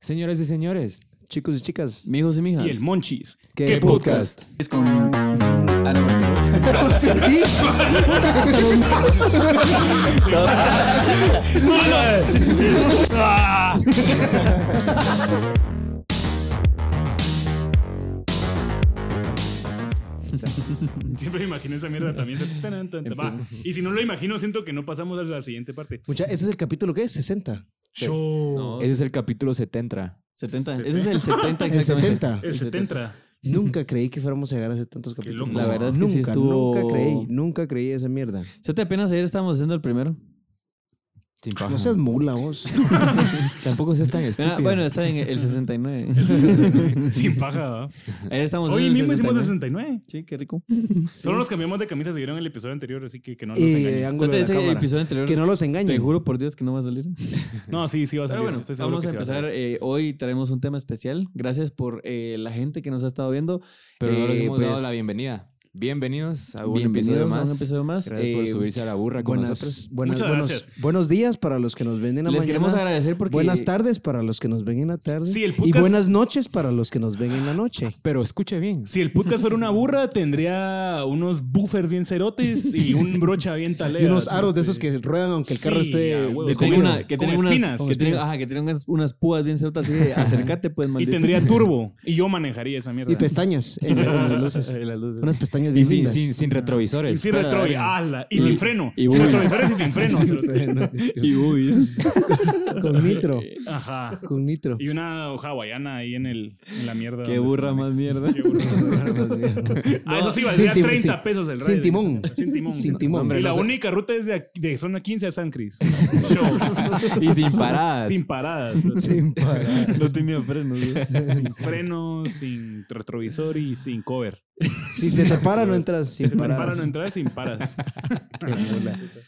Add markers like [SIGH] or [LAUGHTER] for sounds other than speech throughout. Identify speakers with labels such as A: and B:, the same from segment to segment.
A: Señoras y señores,
B: Chicos y chicas,
A: mijos y mijas.
C: Y el Monchis.
B: ¿qué,
A: Es con...
B: Ah, no, mentira.
C: [LAUGHS] Ah, Siempre me imagino esa mierda también. Tan, tan, tan, va. Y si no lo imagino, siento que no pasamos a la siguiente parte.
B: Mucha, ese es el capítulo que es 60.
C: Show.
A: No, ese es el capítulo 70.
D: 70. Ese es
A: [LAUGHS]
D: el 70
B: El
D: exactamente.
B: 70.
C: El 70.
B: Nunca creí que fuéramos a llegar a hacer tantos capítulos.
C: loco.
D: La verdad es que
B: nunca,
D: sí estuvo-
B: nunca creí, nunca creí esa mierda.
D: Siete apenas ayer estábamos haciendo el primero.
A: Sin paja.
B: No seas mula vos.
A: [LAUGHS] Tampoco seas tan
D: Ah,
A: estúpido.
D: bueno, está
A: [LAUGHS]
D: en el 69.
C: Sin paja, ¿va?
D: Ayer estamos
C: Hoy mismo
D: haciendo el
C: hicimos
D: 69.
C: 69.
D: Sí, qué rico.
C: Solo nos cambiamos de camisa, se vieron el episodio anterior, así que que no nos
B: Eh,
C: engañen.
B: ángulo
D: Suerte
B: de la
D: ese
B: cámara.
D: episodio anterior.
B: Que no los engañen.
D: Te juro por Dios que no va a salir.
C: No, sí, sí va a salir.
D: Pero bueno,
C: estoy seguro
D: vamos
C: que
D: a
C: sí va salir.
D: empezar. eh, hoy traemos un tema especial. Gracias por eh, la gente que nos ha estado viendo.
A: Pero no les
D: Eh,
A: hemos dado
D: pues,
A: la bienvenida. Bienvenidos a un
D: Bienvenidos
A: episodio
D: a
A: más.
D: un episodio más.
A: Gracias por
D: Eh,
A: subirse a la burra con nosotros.
B: Buenas, buenas,
C: Muchas
B: buenos,
C: gracias.
B: buenos días para los que nos ven en la
D: Les
B: mañana.
D: queremos agradecer porque.
B: Buenas tardes para los que nos ven en la tarde.
C: Sí, el
B: y
C: podcast-
B: buenas noches para los que nos ven en la noche.
A: Pero escuche bien.
C: Si el podcast fuera una burra, tendría unos buffers bien cerotes y un brocha bien talera.
B: [LAUGHS] Y unos
C: así,
B: aros de esos que ruedan aunque el carro
C: Sí,
B: esté
C: a huevo.
B: de
D: Que
C: Con
D: tienen
B: comida.
D: una, que
C: con
D: tienen unas,
C: espinas, con
D: que tienen-
C: espinas.
D: ajá, que tienen unas, unas púas bien cerotas
A: [LAUGHS]
D: así de acércate, pues,
C: Y
B: [LAUGHS]
D: maldito.
C: tendría turbo. Y yo manejaría esa mierda.
B: Y pestañas en, en las luces. Unas pestañas bien
A: Y sin,
B: lindas.
A: sin, sin retrovisores.
C: Y sin
D: Fuera de
C: retrovisor.
D: verga.
C: ala, Y sin freno.
A: y
C: Y
A: bueno.
C: sin retrovisores y sin
B: [LAUGHS]
C: freno.
A: [LAUGHS]
D: Y boobies.
B: [LAUGHS] Con nitro.
C: [LAUGHS] Ajá.
B: Con nitro.
C: Y una hawaiana ahí en, el, en la mierda.
D: Qué
C: donde
D: burra
C: se
D: más
C: maneja.
D: mierda.
C: Qué
D: [LAUGHS]
C: burra más mierda.
B: [LAUGHS]
C: Ah, eso sí,
B: Sin
C: valdría
B: timón,
C: 30
B: sí.
C: pesos el
B: Sin
C: rider.
B: timón.
C: Sin timón.
B: Sin timón.
C: y
B: Hombre,
C: la
B: no sé.
C: única ruta es de, aquí- de zona 15 a San
B: [LAUGHS]
C: Cris. Show.
A: y sin paradas.
C: sin paradas. ¿no?
B: Sin
D: No tenía frenos. güey.
C: Sin freno, sin retrovisor y sin cover.
B: Si se te para, no entras sin
C: Para,
B: parar.
C: no entrar sin
B: [LAUGHS]
C: paras.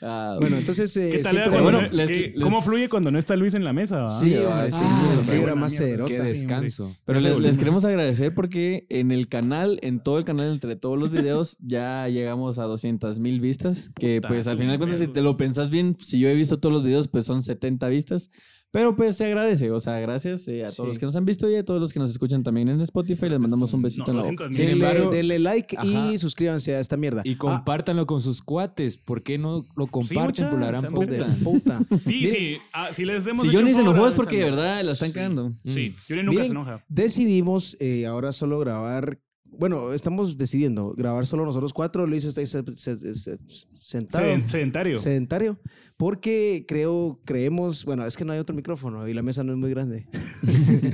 D: Ah,
B: Bueno, entonces. eh,
C: ¿Qué tal
B: siempre-
C: era cuando
D: bueno,
C: no-
D: les-
C: qué-
D: les-
C: ¿Cómo fluye cuando no está Luis en la mesa? va?
B: Sí, hombre, sí, sí,
C: bueno,
B: qué
C: buena
B: era más
C: mierda.
B: cerota.
A: Qué descanso.
D: Pero
C: Ese
D: les, les
C: volumen.
D: queremos agradecer porque en el canal, en todo el canal, entre todos los videos, [LAUGHS] ya llegamos a 200 mil vistas. Que
C: Puta,
D: pues al
C: su
D: final de cuentas, si
C: vergo.
D: te lo pensás bien, si yo he visto todos los videos, pues son 70 vistas. Pero pues se agradece, o sea, gracias eh, a todos los que nos han visto y a todos los que nos escuchan también en Spotify. Les mandamos un
C: No,
D: besito en la boca.
C: 200 mil.
B: Denle,
A: embargo-
B: denle like
A: Ajá.
B: y suscríbanse a esta mierda.
A: Y
B: Ah,
A: compártanlo con sus cuates. ¿Por qué no lo comparten
C: mucha,
A: por la gran
C: sean
B: hijo de
A: puta?
B: puta.
C: Sí,
B: Miren,
C: sí. Ah, si les hemos
D: Si
C: hecho
D: Johnny
C: un
D: se
C: favor,
D: enojó es
C: háganse
D: porque de
C: algo.
D: verdad la están
C: Sí.
D: cagando.
C: Sí, Johnny nunca se
B: Miren,
C: enoja.
B: Decidimos eh, ahora solo grabar. Bueno, estamos decidiendo grabar solo nosotros cuatro. Luis está ahí se- se- se- se- sentado.
C: Seden- sedentario.
B: sedentario. Porque creo, creemos, bueno, es que no hay otro micrófono y la mesa no es muy grande.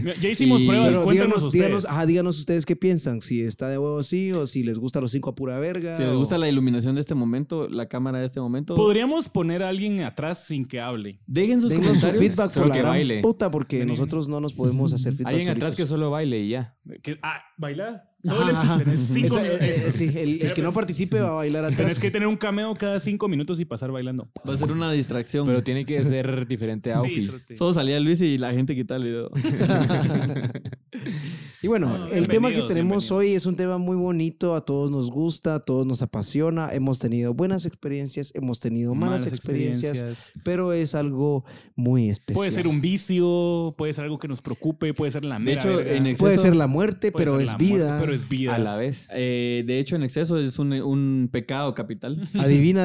C: Mira, Ya hicimos
D: Y-
C: pruebas,
B: Pero
C: cuéntanos
B: díganos,
C: ustedes.
B: díganos, ajá, díganos ustedes qué piensan, si está de huevo sí o si les gusta los cinco a pura verga.
D: Si les
B: o-
D: gusta la iluminación de este momento, la cámara de este momento,
C: Podríamos poner a alguien atrás sin que hable.
D: dejen sus
B: Denos su
D: comentarios.
B: feedback
A: Solo
B: por la
A: que
B: gran
A: baile.
B: puta porque nosotros no nos podemos hacer feedback.
A: Alguien atrás que
B: solitos.
A: solo baile y ya.
C: Que- ah, bailar. Todo el- tenés cinco
B: Esa-
C: minutos.
B: eh, eh, sí, el, el que no participe va a bailar
C: Tenés
B: atrás.
C: que tener un cameo cada cinco minutos y pasar bailando.
D: Va a ser una distracción.
A: Pero tiene que ser diferente
C: Sí,
A: outfit.
D: Solo salía Luis y la gente quitaba el
C: [LAUGHS]
D: video.
B: Y bueno,
C: Ah,
B: el tema que
C: bienvenidos,
B: tenemos hoy es un tema muy bonito, a todos nos gusta, a todos nos apasiona, hemos tenido buenas experiencias, hemos tenido malas, experiencias, pero es algo muy especial.
C: Puede ser un vicio, puede ser algo que nos preocupe, puede ser la
D: De
C: mera
D: hecho,
C: verga,
D: en exceso,
B: Puede ser la muerte,
C: puede
B: pero
C: ser
B: es
C: la muerte,
B: vida.
C: pero es vida.
A: A la vez.
D: eh, de hecho, en exceso es un, un pecado [LAUGHS] capital.
B: Adivina,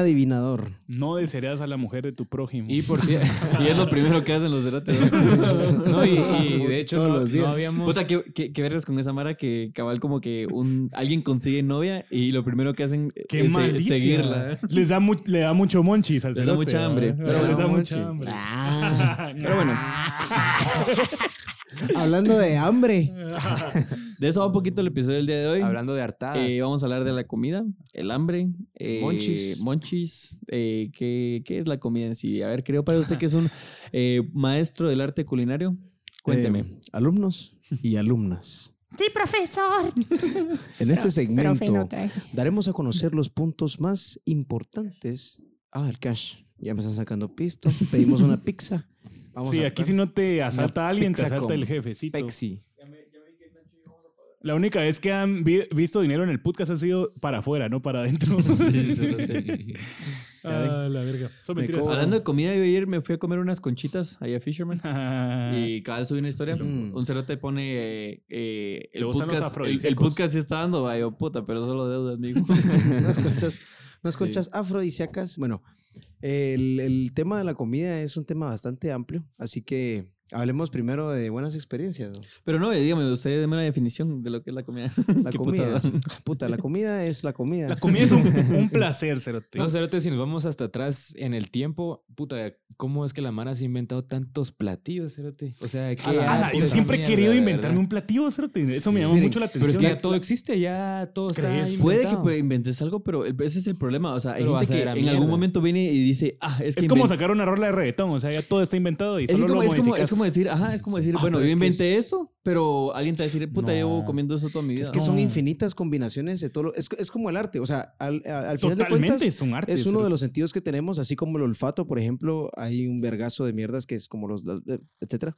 C: [LAUGHS]
B: adivinador.
C: No desearás a la mujer de tu prójimo.
A: Y por
D: [LAUGHS]
A: cierto.
D: y es lo primero que hacen los cerotes. [LAUGHS]
A: No, y, y de hecho
B: Todos
A: no,
B: los
A: no
B: días.
A: habíamos.
D: O sea, ¿qué, qué, qué vergas con esa mara que cabal como que un, alguien consigue novia y lo primero que hacen
C: Qué
D: es se-
C: malicia.
D: seguirla. ¿eh?
C: Les da mu- le da mucho monchis al
D: Les da
C: cerote,
D: mucha
C: ¿verdad?
D: hambre.
C: Pero
D: Pero
C: les da
B: no,
C: mucha
B: monchis.
C: hambre.
B: Ah,
C: Pero bueno.
B: hablando de hambre.
D: De eso va un poquito el episodio del día de hoy.
A: Hablando de hartadas.
D: Eh, vamos a hablar de la comida, el hambre, eh,
A: Monchis.
D: monchis, eh, ¿qué, qué es la comida en sí? A ver, creo para usted que es un eh, maestro del arte culinario. Cuénteme.
B: Eh, alumnos y alumnas.
E: Sí, profesor.
B: En este
E: Pero
B: segmento
E: fin no trae.
B: daremos a conocer los puntos más importantes. Ah, el cash. Ya me están sacando pisto. Pedimos una pizza. Vamos
C: Sí,
B: a-
C: aquí si no te asalta alguien, te
A: pizza
C: asalta
A: con
C: el jefecito.
A: Pexi.
C: La única vez que [LAUGHS] han vi- visto dinero en el podcast ha sido para afuera, no para adentro. Ah, la verga. Son
A: Me
C: mentiras.
A: como-
C: [LAUGHS]
D: Hablando de comida, yo ayer me fui a comer unas conchitas allá a Fisherman.
C: Y
D: Y cada vez subí una historia.
B: Mm.
D: Un cerote pone eh, eh,
C: ¿Te
D: el,
C: gustan los
D: podcast, el, el
C: afrodisíacos?
D: podcast sí está dando, vaya puta, pero solo deudas, amigo.
B: unas conchas, unas conchas afrodisíacas. Bueno, el, el tema de la comida es un tema bastante amplio, así que hablemos primero de buenas experiencias. ¿no?
D: [LAUGHS] pero no, eh, dígame, usted deme una definición de lo que es la comida.
B: La
D: Qué
B: comida.
D: putada.
B: Puta, la comida es la comida.
C: la comida es un, un placer, Cerote.
A: No, Cerote, si nos vamos hasta atrás en el tiempo, puta, ¿cómo es que la Mara se ha inventado tantos platillos, Cerote? O sea, que.
B: Ah,
C: Ala, ala, yo siempre he querido inventarme un platillo, Cerote. Eso me llama
A: Miren,
C: mucho la
A: Pero
C: atención.
A: es que ya todo existe, ya todo está.
C: ¿Crees?
A: inventado.
D: Puede que pues, inventes algo, pero el- ese es el problema. O sea, hay
A: Pero vas
D: gente
A: a
D: que
A: ver a
D: en
A: mierda.
D: algún momento viene y dice, ah, es que
C: Es como
D: inventé-
C: sacar una rola de reggaetón, o sea, ya todo está inventado y
D: Es, que
C: solo
D: como,
C: lo
D: es, como,
C: modificas.
D: es como decir, ajá, es como decir,
B: Ah,
D: bueno,
B: pero
D: yo
B: es que
D: inventé
B: es-
D: esto, pero alguien te va a decir, puta,
C: No.
D: llevo comiendo eso toda mi vida.
B: Es que son
C: No.
B: infinitas combinaciones de todo. lo- es, es como el arte. O sea, al, a- al final de
C: Totalmente,
B: cuentas,
C: es un arte.
B: es uno
C: Cerote.
B: de los sentidos que tenemos, así como el olfato, por ejemplo. Hay un vergazo de mierdas que es como los. los- etcétera.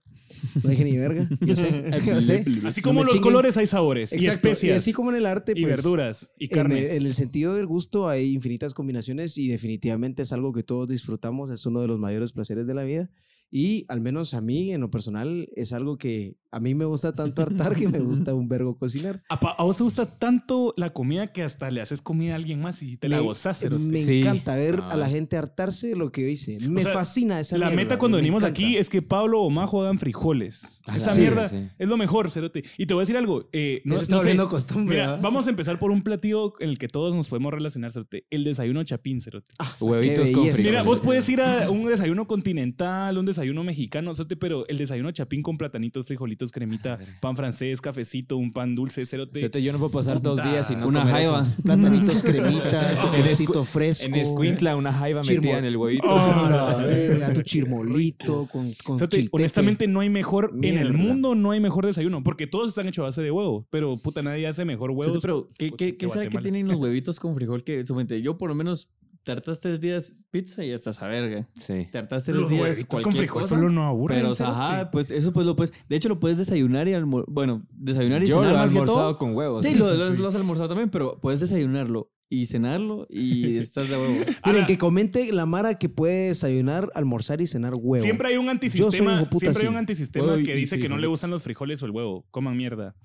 B: No dije
C: [LAUGHS]
B: ni verga. Yo sé. [LAUGHS] yo sé.
C: Así
B: No
C: como
B: me
C: los
B: chinguen.
C: colores hay sabores y
B: Exacto,
C: especias. Y,
B: así como en el arte, pues,
C: verduras y
B: en el-
C: carnes.
B: En, el sentido del gusto hay infinitas combinaciones y definitivamente es algo que todos disfrutamos, es uno de los mayores placeres de la vida y al menos a mí en lo personal es algo que a mí me gusta tanto hartar que me gusta un vergo cocinar.
C: ¿A, pa- a vos te gusta tanto la comida que hasta le haces comida a alguien más y te la
B: Me-
C: gozás. cerote.
B: Me
A: Sí.
B: encanta ver a la
A: Ah.
B: gente hartarse de lo que yo hice. Me
C: sea,
B: fascina esa
C: La
B: mierda,
C: meta cuando
B: me
C: venimos
B: encanta.
C: aquí es que Pablo o Majo hagan frijoles.
A: A la
C: Esa
A: verga,
C: mierda
A: sí.
C: es lo mejor, Cerote. Y te voy a decir algo. eh, no,
B: Eso está
C: no sé,
B: volviendo costumbre.
C: Mira,
B: ¿verdad?
C: vamos a empezar por un platillo en el que todos nos podemos relacionar, Cerote. El desayuno chapín, Cerote.
A: Ah, Huevitos
B: Qué
A: con
B: belleza.
A: frijoles.
C: Mira, vos puedes ir a un desayuno continental, un desayuno mexicano, Cerote, pero el desayuno chapín con platanitos, frijolitos, cremita, pan francés, cafecito, un pan dulce, Cerote.
A: Cerote, yo no puedo pasar dos
C: Puta.
A: días sin no
D: Una
A: comer
D: jaiba.
A: eso.
B: Platanitos [LAUGHS] cremita, toquecito fresco.
A: En
C: [LAUGHS]
A: Escuintla, una jaiba
B: Chirmo-
A: metida en el huevito.
C: Oh,
B: Ah, la verga, tu chirmolito con, con
C: Cerote,
B: chiltepe.
C: honestamente no hay mejor en el
B: Mierda.
C: mundo no hay mejor desayuno porque todos están hechos a base de huevo pero puta nadie hace mejor huevos
D: pero, ¿qué, qué, qué será que
C: Guatemala.
D: tienen los huevitos con frijol que sumente? Yo por lo menos tartas tres días pizza y hasta esa verga.
A: Sí.
D: Tartas tres
C: los
D: días
C: huevitos con
D: cualquier
C: frijol
D: cosa.
C: solo no aburren
D: pero, o sea,
C: cerote.
D: ajá, pues eso pues lo puedes. De hecho, lo puedes desayunar y almorzar. Bueno, desayunar y
A: Yo lo
D: cenar
A: he
D: más que
A: almorzado
D: todo.
A: con huevos.
D: Sí, lo, lo- lo has almorzado también, pero puedes desayunarlo y cenarlo y estás de huevo.
B: Miren,
C: Ahora-
B: que comente la Mara que puede desayunar, almorzar y cenar huevo.
C: Siempre hay un
B: soy
C: antisistema,
B: hijo puta,
C: siempre hay un
B: sí.
C: antisistema
A: Huevo y-
C: que
A: y
C: dice que no le
A: frijoles.
C: gustan los frijoles o el huevo. Coman mierda.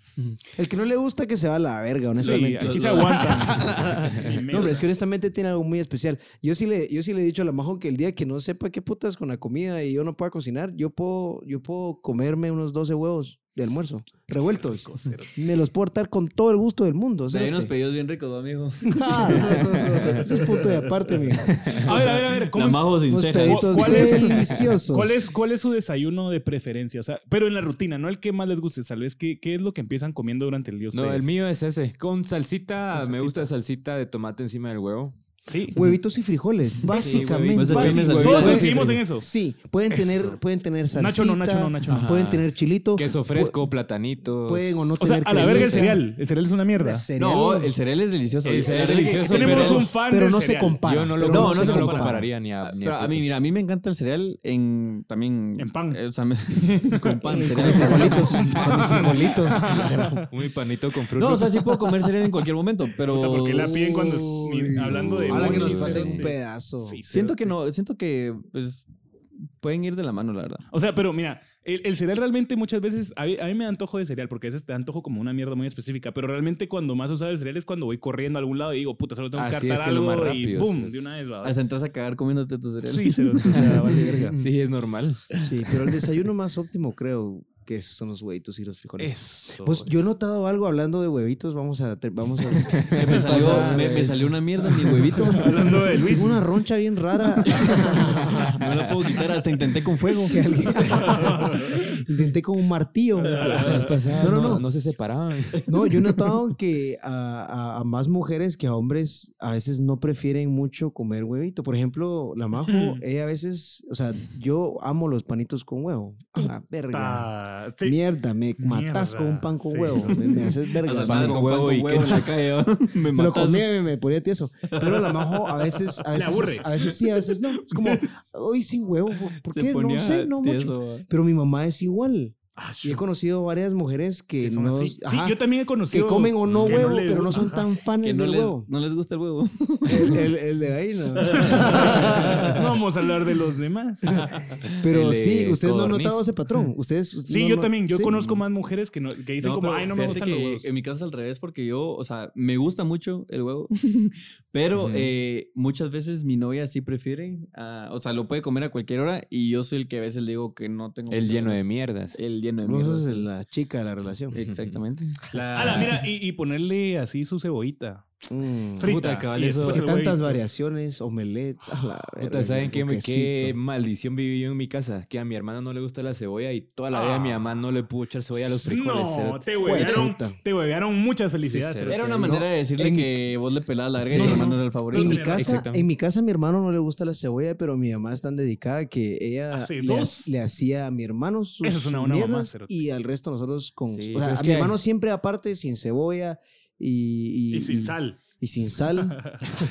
B: El que no le gusta que se va a la verga,
C: Sí,
B: honestamente.
C: aquí se [LAUGHS] aguanta.
B: no, pero es que honestamente tiene algo muy especial. Yo sí le, yo sí le he dicho a la Majo que el día que no sepa qué putas con la comida y yo no pueda cocinar, yo puedo, yo puedo comerme unos 12 huevos de almuerzo, revueltos. Me los puedo hartar con todo el gusto del mundo.
D: O sea, hay unos
B: cerote.
D: pedidos bien ricos, ¿no, amigo.
B: Ah, [LAUGHS] no, eso, es- eso es punto de aparte, amigo.
C: A ver, a ver, a ver. ¿cómo-
D: La majo sin
B: Unos
D: cejas.
B: peditos
C: ¿Cuál es-
B: deliciosos.
C: ¿Cuál es, ¿Cuál es su desayuno de preferencia? O sea, pero en la rutina, no el que más les guste, tal vez. ¿Qué, qué es lo que empiezan comiendo durante el día ustedes?
A: No, el mío es ese. Con salsita,
C: Con
A: me
C: salsita.
A: gusta salsita de tomate encima del huevo.
C: Sí.
B: Huevitos y frijoles, básicamente.
D: huevitos y frijoles.
B: básicamente.
C: Todos
A: Huevitos y
C: coincidimos en eso.
B: Sí, pueden tener, pueden tener salsita.
C: Nacho no, Nacho no, Nacho no.
B: Pueden tener chilito.
A: Queso fresco, platanitos.
B: pu- Pueden o no
C: O sea,
B: tener
C: a la
B: crema.
C: verga el
B: Sí.
C: cereal. El cereal es una mierda.
B: La cereal,
D: No, el cereal es delicioso.
A: El cereal es
D: La verdad que-
A: delicioso,
C: Tenemos
A: pero-
C: un fan
B: pero
C: del
B: no se
C: cereal.
B: compara.
A: Yo no lo,
B: pero
D: no,
A: no,
D: no se
A: lo
D: compara.
A: compararía ni a, ni
D: Pero a mí,
A: putas.
D: mira, a mí me encanta el cereal en también
C: En pan.
D: eh, o sea, me- [LAUGHS] con
B: [LAUGHS]
D: pan,
B: Eh,
D: cereal.
B: con los frijolitos. con los frijolitos.
A: [LAUGHS] Un panito con frutas.
D: No, o sea,
A: [LAUGHS]
D: sí puedo comer cereal [LAUGHS] en cualquier momento, pero
C: Puta, ¿por qué la piden cuando es-
B: Uy.
C: hablando de
B: Ahora que nos
A: lonches,
B: pasen un
A: sí.
B: pedazo.
C: Sí,
D: siento
C: cerote.
D: que no, siento que pues pueden ir de la mano, la verdad.
C: O sea, pero mira, el, el cereal realmente muchas veces, a mí, a mí me da antojo de cereal, porque a veces te da antojo como una mierda muy específica, pero realmente cuando más usado el cereal es cuando voy corriendo a algún lado y digo, puta, solo tengo que
A: Así
C: hartar
A: es que lo
C: algo
A: más
C: y
A: rápido,
C: boom,
A: sí.
C: de una vez va.
D: Hasta entras a cagar comiéndote tu cereal.
C: Sí, se lo- [LAUGHS] o sea, vale verga.
B: pues,
A: sí, es normal.
B: Sí, pero el desayuno más óptimo creo que esos son los huevitos y los frijoles.
C: Eso.
B: Pues yo he notado algo hablando de huevitos, vamos a... ter- Vamos a [LAUGHS]
D: [LAUGHS] me, salió,
B: Pasa-
D: me- me salió una mierda en mi [LAUGHS] huevito.
C: Hablando de Luis.
B: Tengo una roncha bien [LAUGHS] rara.
D: No la puedo quitar, hasta intenté con fuego.
B: que alguien- [LAUGHS] Intenté con un
A: [LAUGHS]
B: martillo.
A: no,
B: no,
A: no,
B: Ah, no.
A: se separaban.
B: No, yo he notado que a, a- a más mujeres que a hombres a veces no prefieren mucho comer huevito. Por ejemplo, la Majo, ella a veces, o sea, yo amo los panitos con huevo. A la verga.
C: Ta- ah, sí.
B: Mierda, me matas
C: Mierda,
B: con un pan con
C: sí.
B: huevo. Me,
C: [LAUGHS]
B: me haces verga.
D: Hasta
B: el
D: pan
B: pan
A: con
B: con-
A: huevo y queso.
B: [LAUGHS]
D: me cae, ¿no? Me
B: Me lo
D: matas.
B: comía y me ponía tieso. Pero la majo a veces, a
C: aburre.
B: veces, a veces sí, a
C: [LAUGHS]
B: veces no. Es como, hoy sin huevo, ¿por- ¿por
D: Se
B: qué? No
D: ponía
B: sé, no mucho.
D: tieso.
B: Pero mi mamá es igual.
C: Ah,
B: Y he
C: chu-
B: conocido varias mujeres que,
C: que son
B: no,
C: así. Sí,
B: ajá,
C: yo también he
B: que
C: conocido.
B: comen o no
C: que no
B: huevo,
C: le-
B: pero no son
C: ajá.
B: tan
D: Que
B: fans
D: no
B: del
A: [LAUGHS]
D: les,
B: huevo.
D: no les gusta el huevo.
B: El, el- el de ahí, no.
C: [LAUGHS] Vamos a hablar de los demás.
B: [LAUGHS] Pero
A: El de
B: sí, ustedes no han
A: codorniz.
B: notado ese patrón. Ustedes.
C: Sí,
B: no-
C: yo
B: no-
C: también. Yo
B: sí.
C: conozco más mujeres que, no- que dicen
D: No,
C: como,
D: pero
C: ay, no me
D: fíjate
C: gustan los
D: que em,
C: huevos.
D: En mi caso es al revés, porque yo, o sea, me gusta mucho el huevo, [LAUGHS] pero
A: Ujú.
D: eh, muchas veces mi novia sí prefiere, ah, o sea, lo puede comer a cualquier hora y yo soy el que a veces le digo que no tengo.
A: El
D: muchas
A: lleno de
D: ganas.
A: mierdas.
D: El lleno de
B: No,
D: mierda.
B: esa es la chica de la relación.
D: [LAUGHS] Exactamente.
C: Ala, mira, y, y ponerle así su cebollita.
B: Mm.
C: Frita.
A: Puta, cabal,
C: y
A: eso-
C: después
B: Porque
C: pues, el
B: tantas
C: huevito.
B: variaciones, omelets. A la
A: Puta,
B: verga,
A: ¿saben qué, me- qué
B: quesito.
A: maldición viví yo en mi casa? Que a mi hermana no le gusta la cebolla y toda la vida mi
C: Ah.
A: mamá no le pudo echar cebolla a los frijoles.
C: No,
A: cerote.
C: te huevearon.
B: puta.
C: Te huevearon muchas felicidades.
A: Sí,
C: cerote.
D: Era una
B: No,
D: manera de decirle
B: en mi-
D: que vos le pelabas la verga
B: Sí.
D: y tu hermano era el
B: En
D: favorito.
B: mi,
C: Tenía-
B: casa,
A: Exactamente.
B: en mi casa a mi hermano no le gusta la cebolla, pero mi mamá es tan dedicada que ella
C: Hace
B: le, ha-
C: ¿Ah, dos.
B: le hacía a mi hermano sus
C: Eso es una
B: sus
C: buena mamá,
B: mierdas
C: cerote.
B: y al resto nosotros con...
A: Sí,
B: o sea,
A: pues
B: a
A: es
B: mi
A: que-
B: hermano siempre aparte sin cebolla y...
C: Y sin sal.
A: pues,
B: Y sin sal.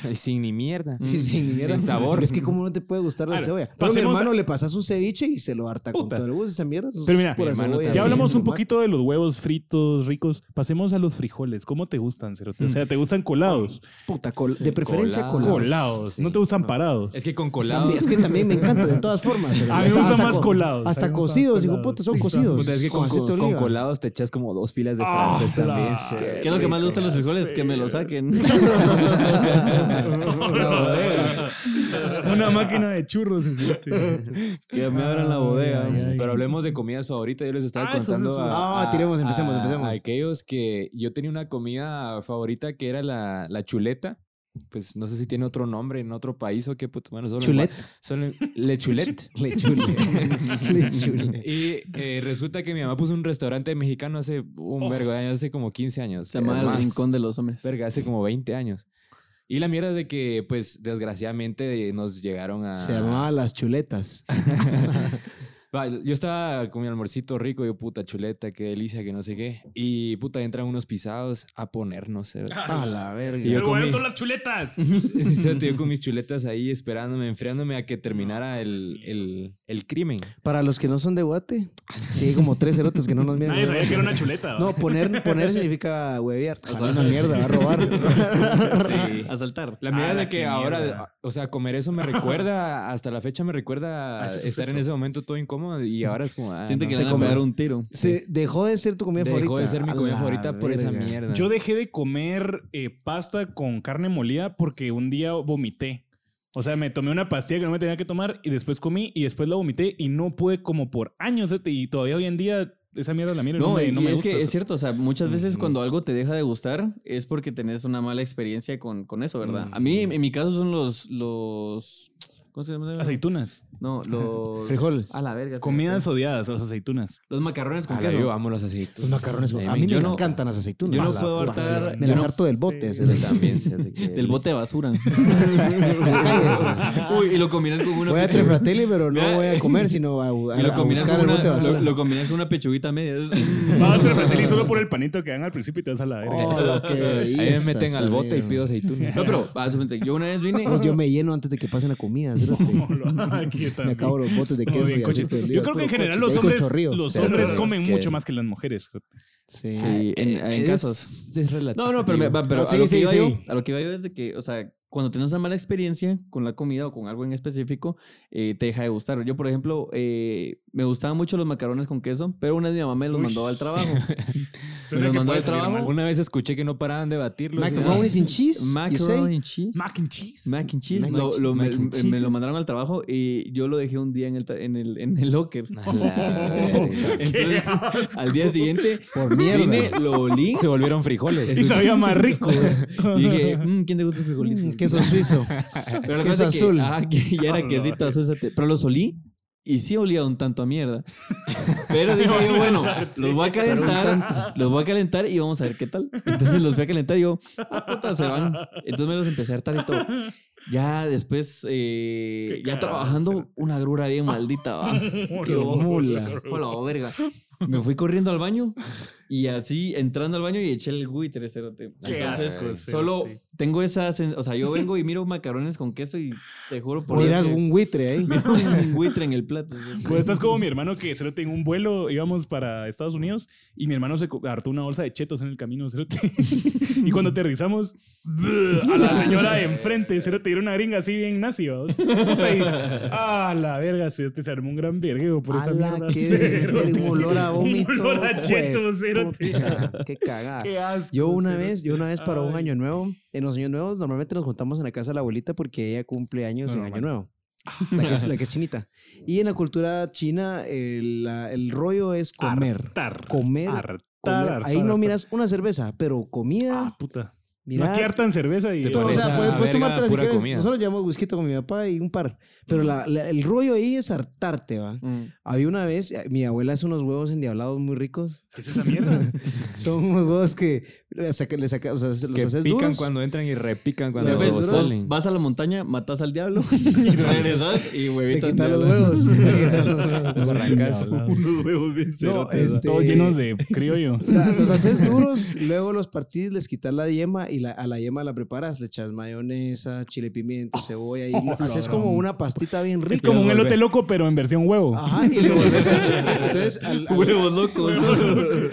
B: [LAUGHS]
A: Y [LAUGHS] sin ni mierda.
B: y [LAUGHS] sin, mierda.
A: Sin sabor.
B: Es que como no te puede gustar la
C: Ahora,
B: cebolla. Pero a mi
C: pasemos
B: hermano
C: a-
B: le pasas un ceviche y se lo harta con
C: Puta.
B: todo el gusto esa mierda. eso es
C: Pero mira,
B: pura
A: mi hermano
B: cebolla.
A: también.
C: Ya hablamos un
B: Tomate.
C: poquito de los huevos fritos ricos. Pasemos a los frijoles. ¿Cómo te gustan, Cerote? O sea, ¿te gustan colados?
B: Puta, col- de preferencia
A: [LAUGHS] Colados.
B: colados.
C: Colados.
A: sí,
C: ¿No te gustan
A: no.
C: parados?
A: Es que con colado.
B: También- es
A: [LAUGHS]
B: que también me encanta, [LAUGHS] de todas formas.
C: A mí me gustan más colados, a mí
B: Hasta
C: me gustan más
B: cocidos, hijo
C: colados.
B: puta, son
C: Sí,
B: cocidos.
A: Puta, es que con,
B: aceite de
A: con- con
B: oliva. [LAUGHS]
A: colados te echas como dos filas de
C: Ah,
A: francés
C: la-
A: también.
C: qué
D: ¿Qué es lo que más le gusta a los frijoles? Que me lo
C: Sí. [LAUGHS]
D: saquen. [LAUGHS]
A: [LAUGHS]
C: Una máquina de churros. Cerote.
D: que me abran la bodega.
C: Ay, ay, ay.
A: Pero hablemos de comidas favoritas. Yo les estaba
C: Ah, eso,
A: contando
C: eso,
A: a,
C: eso.
B: Ah,
A: a-
B: tiremos, empecemos,
A: a-
B: empecemos.
A: a aquellos que yo tenía una comida favorita que era la, la chuleta. Pues no sé si tiene otro nombre en otro país o qué puto. Bueno, solo en
B: [LAUGHS] Chulet.
A: Gua- solo en- lechulet.
B: Lechule. Lechule.
A: Y eh, resulta que mi mamá puso un restaurante mexicano hace un
D: Oh.
A: vergo de años, hace como 15 años.
D: Se llama
A: eh,
D: el
A: más.
D: rincón de los hombres.
A: Verga, hace como 20 años. Y la mierda es de que, pues, desgraciadamente nos llegaron a...
B: Se llamaba Las Chuletas.
A: Va, yo estaba con mi almorcito rico, yo puta chuleta, qué delicia, que no sé qué. Y puta, entran unos pisados a ponernos. cerote.
C: Ah.
B: A Ah, la
A: Y
B: verga.
A: yo
C: ¡Se huevearon
A: comí.
C: todas las chuletas!
A: [LAUGHS] Sí, cerote, yo con mis chuletas ahí esperándome, enfriándome a que terminara el, el, el crimen.
B: Para los que no son de Guate, sí hay como tres cerotes que no nos miran.
C: Nadie sabía que era
A: [LAUGHS]
C: una chuleta.
B: No,
C: No,
B: poner, poner significa huevear. O sea, una mierda, va a robar.
C: [LAUGHS]
A: Sí.
D: A saltar.
A: La mierda
C: Ala,
A: de que
C: Ah, qué
A: ahora,
C: mierda.
A: o sea, comer eso me
C: [LAUGHS]
A: recuerda, hasta la fecha me recuerda
C: A ese
A: estar en
C: suceso.
A: ese momento todo incómodo y ahora es como... ah,
D: Siente
A: no.
D: que
B: te
D: le van a pegar
B: comes-
D: un tiro.
B: Se dejó de ser tu comida
A: Dejó
B: favorita.
A: de ser mi
B: A
A: comida
B: la
A: favorita por esa
B: verga.
A: mierda.
C: Yo dejé de comer eh, pasta con carne molida porque un día vomité. O sea, me tomé una pastilla que no me tenía que tomar y después comí y después la vomité y no pude como por años. ¿cierto? Y todavía hoy en día esa mierda la miro y no,
D: No,
C: me,
D: y
C: no me
D: es
C: gusta.
D: que es
C: ¿cierto?
D: cierto, o sea, muchas veces cuando algo te deja de gustar es porque tenés una mala experiencia con, con eso, ¿verdad? A mí, en mi caso, son los. los ¿Cómo se
C: Ah,
D: llama?
C: Aceitunas.
D: No, los.
B: Frijoles.
D: A la verga. se me
C: Comidas
D: fue.
C: odiadas, las aceitunas.
D: Los macarrones con
A: A la
D: queso.
A: yo amo los aceites.
B: Los macarrones.
A: Eh,
B: A mí
D: yo
B: me
D: no-
B: encantan las aceitunas.
D: yo no
B: A la
D: puedo
B: puta,
D: hartar-
B: Me
D: yo
B: las
D: no-
B: harto del bote.
A: Yo también, fíjate que
D: Del bote de basura. [LAUGHS]
B: Cállese.
D: Uy, y lo combinas con una.
B: Voy a
D: pechu-
B: Trefratelli, pero no
D: Mira,
B: voy a comer, sino a, a-
D: y lo
B: a
D: combinas,
B: buscar
D: con
B: el
D: una,
B: bote de basura.
D: lo, lo combinas con una pechuguita media. es-
C: Va a Trefratelli solo por el panito que dan al principio y te vas a la verga. [LAUGHS]
B: Oh, lo que
A: Ahí me
B: dices,
A: meten al bote y
B: amigo.
A: pido aceitunas.
D: No, pero a su frente, yo una vez vine.
B: Pues yo me lleno antes de que pase la comida. cerote.
C: Aquí está.
B: Me acabo los botes de
C: Muy
B: queso
C: bien,
B: y
C: coche.
B: aceite de oliva,
C: Yo creo que en
B: puro
C: general
B: coche.
C: los
B: Ahí con
C: hombres,
B: chorrío.
C: los
A: Pero-
C: hombres comen
A: que-
C: mucho más que las mujeres.
B: Sí.
D: Sí, en, en
B: Eh,
A: Es-
D: casos.
A: eh, es relativo.
D: No, no, pero, me- va- pero
B: Sí,
D: a, lo
B: sí,
D: que iba
B: sí.
D: yo, a lo que iba yo es de que, o sea, cuando tienes una mala experiencia con la comida o con algo en específico, eh, te deja de gustar. Yo, por ejemplo, eh, me gustaban mucho los macarrones con queso, pero una vez mi mamá me los
C: Uy.
D: mandó al trabajo.
C: Suena
D: Pero
C: que
D: mandó
C: puede salir
D: al trabajo.
C: mal.
A: Una vez escuché que no paraban de batirlo.
B: [LAUGHS] Macaroni sin cheese. you say?
D: Macaroni and cheese.
C: Mac and cheese.
D: Mac and cheese.
A: Mac
D: lo-
A: and
D: lo- me,
A: cheese. Mac and
D: me-
A: cheese.
D: me lo mandaron al trabajo y yo lo dejé un día en el, tra- en el, en el locker.
B: [LAUGHS]
D: Entonces, [LAUGHS] al día siguiente,
B: Por mierda.
D: vine, lo olí
A: Se volvieron frijoles.
C: [LAUGHS] Y sabía más rico.
B: [LAUGHS]
D: y dije, "Mm, ¿quién te gusta estos frijolitos?
C: [LAUGHS]
B: Mm, Queso suizo.
D: Pero la
B: Queso
D: cosa es que-
B: azul.
D: ah, que ya era quesito azul. sate- Pero los olí y sí olía un tanto
C: [LAUGHS]
D: a mierda. Pero dije yo, bueno, los voy a calentar. Los voy a calentar y vamos a ver qué tal. Entonces los voy a calentar y yo, ah, puta, se van. Entonces me los empecé a hartar y todo. Ya después, eh,
C: Qué
D: ya
C: cagada,
D: trabajando, una agrura bien maldita.
C: [LAUGHS]
D: va.
B: Qué
D: Yo,
B: mula.
D: Hola, verga. Me fui corriendo al baño y así entrando al baño y eché el buitre cerote.
C: Qué
D: Entonces,
C: asco, cerote.
D: solo tengo esa. sen- O sea, yo vengo y miro macarrones con queso y te juro por
B: Miras
D: Dios que
B: un buitre ahí.
D: miro un buitre en el plato. así.
C: [LAUGHS] Pues estás como mi hermano que se en un vuelo, íbamos para Estados Unidos y mi hermano se co- hartó una bolsa de chetos en el camino, cerote. [LAUGHS] y cuando aterrizamos, a la señora de enfrente, cerote, era una gringa así bien nazi, ¿va? Puta, y, Ah, la verga, sí, este se armó un gran vergueo por esa
B: Ala,
C: mierda. [LAUGHS]
B: qué
C: cerote.
B: verga, un olor a vómito.
C: [LAUGHS] Un olor a cheto,
B: jue-
C: cerote.
B: puta, Qué cagada.
C: Qué asco.
B: Yo una
C: cerote.
B: vez, yo una vez para un
C: Ay.
B: año nuevo, en los años nuevos normalmente nos juntamos en la casa de la abuelita porque ella cumple años
C: No,
B: en año
C: normal. Ah.
B: nuevo. La que, es, la que es chinita. Y en la cultura china el, la- el rollo es comer.
C: Hartar.
B: Comer,
C: Hartar,
B: comer.
C: hartar,
B: Ahí no
C: hartar.
B: miras una cerveza, pero
C: Ah,
B: comida,
C: puta. No
B: mira,
C: aquí hartan cerveza y.
A: Te
B: todo, o
A: parece
B: sea, puedes,
A: a
B: puedes
A: verga
B: tomártela si
A: pura
B: quieres.
A: comida.
B: Nosotros llevamos whisky con mi papá y un par. Pero la- la- el rollo ahí es hartarte, va.
D: Mm.
B: Había una vez, eh, mi abuela hace unos huevos endiablados muy
A: [LAUGHS]
B: ricos.
C: ¿Qué es esa mierda?
B: Son unos huevos que le saca- le saca- o sea, se los
A: Que
B: haces
A: pican
B: duros.
A: cuando entran y repican
D: Ya
A: cuando
B: Los
D: ves,
B: huevos
D: vos
A: salen.
D: vas a la montaña, matas
B: [LAUGHS]
D: al diablo y regresas y
B: Le
D: huevito. al
B: quitas los
D: diablo.
A: [LAUGHS]
B: huevos. [LAUGHS] Le quitas los huevos.
A: Los arrancas.
B: [LAUGHS]
D: Unos huevos bien
B: No,
D: cerotes,
B: este,
C: Todos llenos de
B: [LAUGHS]
C: criollo.
B: la-
A: [LAUGHS]
B: los haces duros, luego los partís, les quitas la yema y la- a la yema la preparas, le echas mayonesa, chile
A: Oh,
B: pimiento, cebolla
A: [LAUGHS]
B: y lo- haces como una pastita bien
C: Es
B: rica.
C: como un
B: Lo
C: elote
B: volvés-
C: loco, pero en versión huevo.
B: Ajá, y le
C: [LAUGHS]
B: volvés a echar. Entonces, al-
D: ¿no?
B: al-
D: Huevos locos.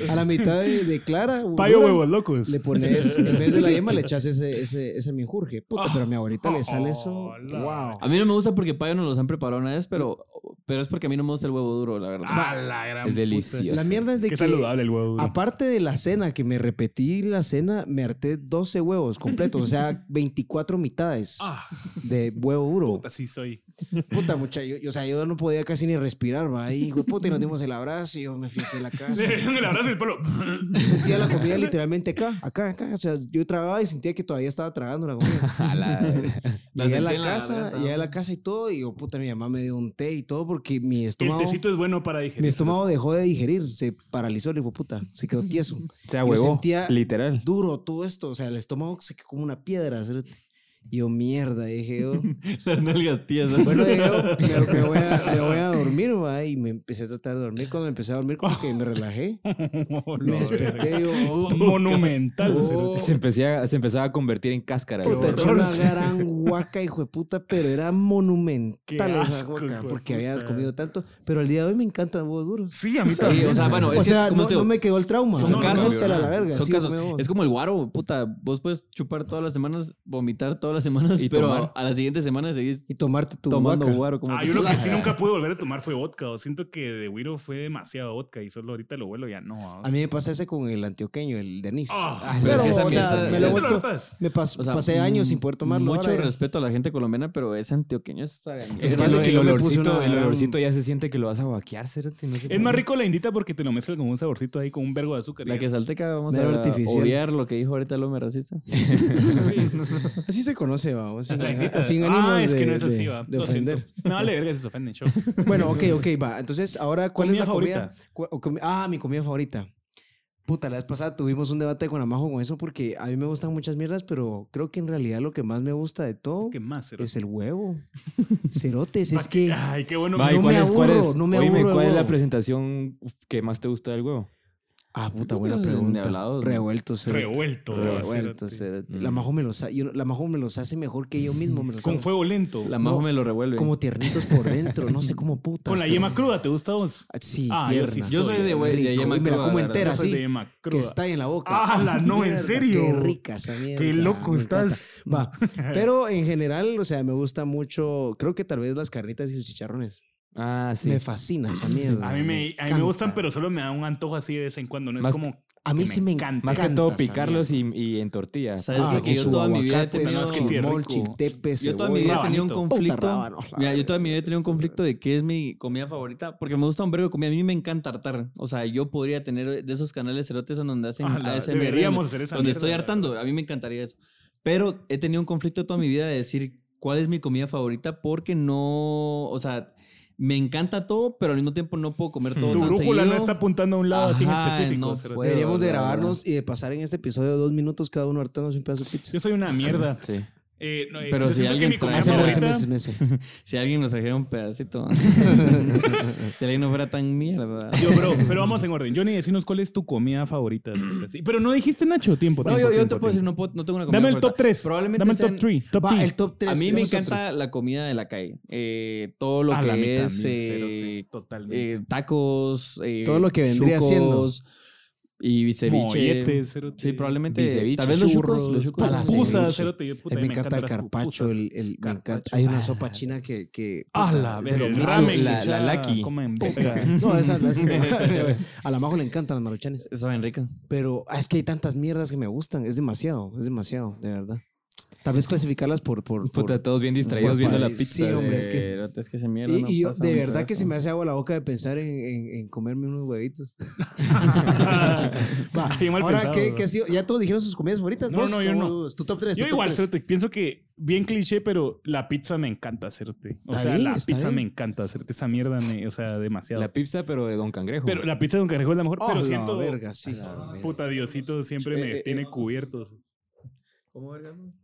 B: a la mitad de, de clara,
C: Payo
B: dura,
C: huevos locos.
B: le pones, en vez de la yema, le echas ese, ese, ese menjurje. Puta, pero a mi abuelita le sale eso.
C: Oh, la-
B: wow.
D: A mí no me gusta porque payo nos los han preparado una vez, pero, pero es porque a mí no me gusta el huevo duro, la verdad.
C: Ah, la gran
A: Es
C: puta.
A: delicioso.
B: La mierda es de
C: Qué
B: que.
C: saludable el huevo duro.
B: Aparte de la cena, que me repetí la cena, me harté 12 huevos completos, o
C: [LAUGHS]
B: sea, 24 mitades
C: Ah.
B: de huevo duro.
C: Así
B: [LAUGHS]
C: soy.
B: Puta, mucha, yo, yo- o sea, yo no podía casi ni respirar, va ahí, güey, puta, y nos dimos el abrazo y yo me fui
C: [LAUGHS]
B: hacia la casa.
C: el abrazo del
B: [LAUGHS]
C: pelo.
B: Sentía la comida literalmente acá, acá, acá, o sea, yo trabajaba y sentía que todavía estaba tragando la comida.
A: A la
B: [LAUGHS]
A: verga.
D: La
B: Llegué a la
D: sentí en la
B: casa,
D: garganta,
B: llegué a la casa y todo, y yo, puta, mi mamá me dio un té y todo porque mi
C: El
B: estómago...
C: tecito es bueno para digerir. [LAUGHS]
B: Mi estómago dejó de digerir, se paralizó, le dijo, puta, se quedó tieso.
A: Se
B: Yo
A: huevó.
B: sentía-
A: Literal.
B: duro todo esto. O sea, el estómago se quedó como una piedra. cerote. Y yo, mierda, dije yo.
D: Las nalgas tías. ¿no?
B: Bueno, dije yo, me, me voy a, me voy a dormir, va. Y me empecé a tratar de dormir. Cuando me empecé a dormir, como que me relajé.
C: Oh, la
B: Me desperté, yo, oh,
C: verga.
A: [LAUGHS]
C: Monumental.
B: oh,
A: Se, empecé a- se empezaba a convertir en cáscara.
B: puta,
A: güey.
B: echó una gran huaca, hijo de puta, pero era
C: Qué
B: monumental esa
C: asco,
B: huaca,
C: hijo de
B: porque había
C: puta.
B: comido tanto. Pero al día de hoy me encantan huevos duros.
C: Sí, a mí
D: Sí,
C: también.
D: o sea, Ah, bueno, es
B: o
D: que
B: sea,
D: como
B: no,
D: te digo,
B: no me quedó el trauma.
D: son
B: no,
D: casos,
B: no, pela la verga,
D: son
B: sí,
D: casos.
B: huevo.
D: Es como el guaro, puta. Vos puedes chupar todas las semanas, vomitar todas las semanas,
A: Y
D: pero a,
A: tomar.
D: a la siguiente semana seguís
B: Y tomarte tu
D: tomando
B: huaca.
D: guaro. Como
C: [LAUGHS] Ah, yo lo
B: [LAUGHS]
C: que sí nunca pude volver a tomar fue vodka. o Siento que de Wiro fue demasiado vodka y solo ahorita lo vuelo ya no. vamos.
B: A mí me pasa ese con el antioqueño, el de anís.
C: Ah,
B: Ah,
D: pero
B: pero,
D: es que esa
B: o sea, me
D: mierda-
B: lo he
D: ¿Te
C: lo
B: vuelto.
C: hartas?
B: Me pas-
D: O sea,
B: pasé años sin poder tomarlo.
D: Mucho
B: ahora ya.
D: respeto a la gente colombiana, pero es antioqueño. Es
A: Es
B: Es
A: que
B: más de
A: el,
B: que
A: el
B: yo le puse
A: olorcito,
B: una
A: el
B: gran-
A: olorcito ya se siente que lo vas a vaquear, cerote, no sé
C: Es
A: por
C: más
A: qué.
C: rico la indita porque te lo mezclan con un saborcito ahí con un vergo de azúcar.
D: La
C: y-
D: que salteca, vamos
B: Mero
D: a
B: artificial.
D: obviar lo que dijo ahorita el hombre racista.
B: Así se conoce, vamos. Sin,
C: Indita.
B: sin ánimos
C: Ah, es
B: de,
C: que no es así,
B: de-
C: va.
B: de
C: Lo siento.
B: ofender.
C: Me vale verga si se ofenden, show.
B: Bueno, ok, ok, va. Entonces, ahora, ¿cuál
C: ¿Comida
B: es la comida?
C: favorita?
B: cu- o comi- ah, mi comida favorita. Puta, la vez pasada tuvimos un debate con Amajo con eso porque a mí me gustan muchas mierdas, pero creo que en realidad lo que más me gusta de todo
C: ¿Qué más, cerote?
B: es el huevo. Cerotes, es que.
C: Ay, qué bueno.
A: Va, ¿y
B: No
A: cuál
B: me
A: es- cuál
B: aburro,
A: es-
B: no me
A: oíme,
B: aburro de
A: ¿cuál es la
B: huevo.
A: presentación que más te gusta del huevo?
B: Ah, puta, buena
D: Los
B: pregunta.
D: endiablados, ¿no?
B: Revuelto, cerote.
C: Revuelto.
B: Revuelto,
C: cerote. Mm.
B: cerote. La majo me los ha- yo- la majo me los hace mejor que yo mismo. me los
C: Con
B: hago.
C: fuego lento.
D: La majo
B: No,
D: me lo revuelve.
B: Como tiernitos por dentro, no sé cómo putas.
C: Con la
B: pero-
C: yema cruda, ¿te gusta a vos?
B: Ah, Sí,
C: Ah, yo
B: tierna.
C: sí
D: Yo soy de
B: Rico.
D: güey, de yema
B: Y me la
D: cruda,
B: como
D: la verdad.
B: entera
C: Yo soy
B: así.
C: de yema
B: que
C: cruda.
B: está en la boca.
C: ¡Hala, no, en serio!
B: Qué rica esa mierda.
C: Qué loco
B: me
C: estás.
B: encanta.
C: [LAUGHS]
B: Va. Pero en general, o sea, me gusta mucho. Creo que tal vez las carnitas y los chicharrones.
A: Ah, sí.
B: Me fascina esa mierda.
C: A mí me, a mí me
B: encanta.
C: gustan, pero solo me da un antojo así de vez en cuando. No
A: Más-
C: es como.
B: A mí
C: que
B: sí me encanta.
A: Más que todo
B: esa
A: picarlos y, y en tortilla.
D: ¿Sabes
B: Ah,
D: qué?
B: con
D: que yo
B: su
D: toda mi vida he
B: aguacate,
D: tenido...
B: su
C: que sí es
B: mol,
C: rico.
B: chiltepe,
D: Yo toda mi vida he
B: cebolla.
D: tenido un
C: rabanito.
B: Puta,
D: conflicto.
B: rábanos, la
D: Mira, yo
B: verga.
D: toda mi vida he tenido un conflicto de qué es mi comida favorita. Porque me gusta un vergo de comida. A mí me encanta hartar. O sea, yo podría tener de esos canales cerotes en donde hacen
C: Ah, la-
D: ASMR,
C: deberíamos
D: donde-
C: hacer esa
D: Donde
C: mierda,
D: estoy
C: la
D: hartando. A mí me encantaría eso. Pero he tenido un conflicto toda mi vida de decir cuál es mi comida favorita porque no... O sea, me encanta todo, pero al mismo tiempo no puedo comer todo
C: Tu
D: tan
C: brújula no
D: seguido.
C: está apuntando a un lado así en
D: Ajá,
C: específico.
D: no
C: cerote.
D: puedo.
B: Deberíamos de
D: la verdad.
B: grabarnos y de pasar en este episodio dos minutos cada uno hartándose un pedazo de pizza.
C: Yo soy una mierda.
A: Sí.
C: Eh, no, eh,
D: Pero
C: yo
D: si
C: siento que
D: alguien
C: mi comida
D: trae-
B: Ese-
C: favorita-
B: ese- ese- ese-
C: [LAUGHS]
B: ese.
D: Si alguien nos trajera un pedacito. si alguien no fuera tan mierda.
C: Yo, bro, pero vamos en orden. Johnny, decinos cuál es tu comida favorita. pues, Sí, pero no dijiste Nacho, tiempo,
D: Bueno,
C: tiempo,
D: yo, yo
C: tiempo,
D: te puedo decir,
C: tiempo.
D: no, puedo- no tengo una comida.
C: Dame el
D: favorita.
C: top 3.
D: Probablemente
C: Dame el
D: sean-
C: top 3. Top
B: Va,
C: 10.
B: el top 3.
D: A mí me encanta la comida de la calle. Eh, todo lo
C: A
D: que
C: Ah, la mitad,
D: es
C: bien,
D: eh,
C: cerote, totalmente.
D: eh, tacos, eh,
B: Todo lo que vendría siendo.
D: chucos Y ceviche.
C: Molletes, cerote.
D: Sí, probablemente.
A: Biceviche,
D: tal vez los
A: churros,
D: chucos. Los chucos.
B: a la
C: Pupusas,
B: ceviche.
C: cerote. yo, puta,
B: me, encanta el
C: las
B: carpacho.
C: pupusas.
B: El, el- me encanta-
C: Carpacho.
B: Hay una sopa china que. que
C: Ah,
B: puta,
C: la
B: de
C: verga,
B: lo
C: el
B: mil-
C: ramen.
A: la-
C: que
A: la
C: ya
A: Lucky.
C: comen
B: puta.
C: verga.
B: No, esa,
C: [LAUGHS]
B: esa- [LAUGHS] a la majo le encantan las maruchanes.
D: Saben rica.
B: Pero ah, es que hay tantas mierdas que me gustan. Es demasiado, es demasiado, de verdad. Tal vez clasificarlas por. por, por-
A: Puta, todos bien distraídos
B: por
A: viendo la
B: país.
A: pizza.
B: Sí, hombre, es que-
D: Cerote, es que se mierda.
B: y
D: no
B: y yo,
D: pasa
B: de
D: un
B: verdad que
D: pedazo.
B: se me hace agua la boca de pensar en, en- en comerme unos
C: [LAUGHS]
B: huevitos. Va,
C: Bien mal
B: ahora,
C: pensado,
B: ¿qué,
C: bro.
B: qué ha sido? ¿Ya todos dijeron sus comidas favoritas?
C: No,
B: ¿Vos?
C: no, yo
B: ¿Cómo-
C: no.
B: Es tu top 3.
C: Yo igual, cerote, pienso que bien cliché, pero la pizza me encanta hacerte. O
B: Está
C: sea,
B: bien,
C: la
B: está
C: pizza
B: bien.
C: me encanta hacerte esa mierda, me- o sea, demasiado.
A: La pizza, pero de Don Cangrejo.
C: pero la pizza de Don Cangrejo es la mejor, pero siento
B: Oh, verga, sí.
C: puta Diosito siempre me
D: Eh, eh,
C: tiene
D: eh.
C: cubiertos.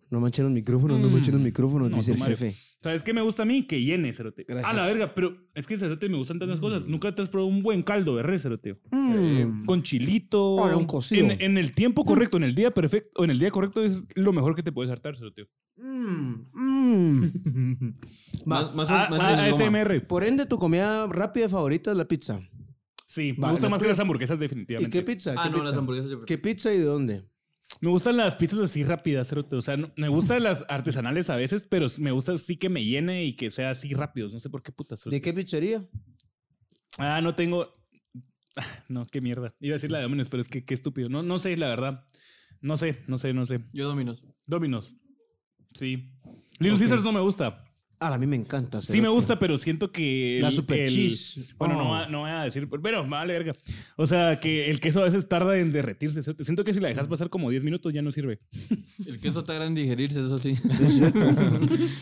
B: No manchen los micrófonos, no manchen los micrófonos,
C: Mm. No,
B: dice el
C: tu madre.
B: jefe.
C: ¿Sabes qué me gusta a mí? Que llene, cerote.
B: Gracias.
C: A la verga, pero es que cerote me gustan tantas cosas. Nunca te has probado un buen caldo de res, cerote.
B: Mm.
C: Con chilito.
B: Ahora, un cocido. Mm.
C: En, en el tiempo correcto, en el día perfecto, en el día correcto es lo mejor que te puedes hartar, cerote.
B: Mm, [LAUGHS] mm. Va,
D: Más, más,
C: A-
D: más-
C: Ah, a-
D: más-
C: ASMR.
B: Por ende, tu comida rápida favorita es la pizza.
C: Sí, me
B: Va,
C: gustan
B: la
C: más que
B: pura-
C: las hamburguesas
B: ¿Y
C: definitivamente.
B: qué pizza?
D: Ah,
B: ¿Qué
D: no, las
B: pizza?
D: hamburguesas. yo-
B: ¿Qué pizza y de dónde?
C: Me gustan las pizzas así rápidas, cerote. O sea, no- me gustan las artesanales a veces, pero me gusta sí que me llene y que sea así rápido. No sé por qué putas.
B: ¿De qué pizzería?
C: Ah, no tengo. Ah, No, qué mierda. Iba a decir la de Domino's, pero es que qué estúpido. No, no sé, la verdad. No sé, no sé, no sé.
D: Yo dominos.
C: Dominos. Sí. Little Caesars no me gusta.
B: Ah, a mí me encanta.
C: Sí
B: cerote.
C: me gusta, pero siento que.
B: La
C: el-
B: super
C: el-
B: cheese.
C: Bueno, no,
B: Oh.
C: va- no voy a decir. Pero vale, verga. O sea, que el queso a veces tarda en derretirse. ¿cierto? Siento que si la dejas pasar como 10 minutos ya no sirve.
D: El queso está grande en digerirse, eso sí.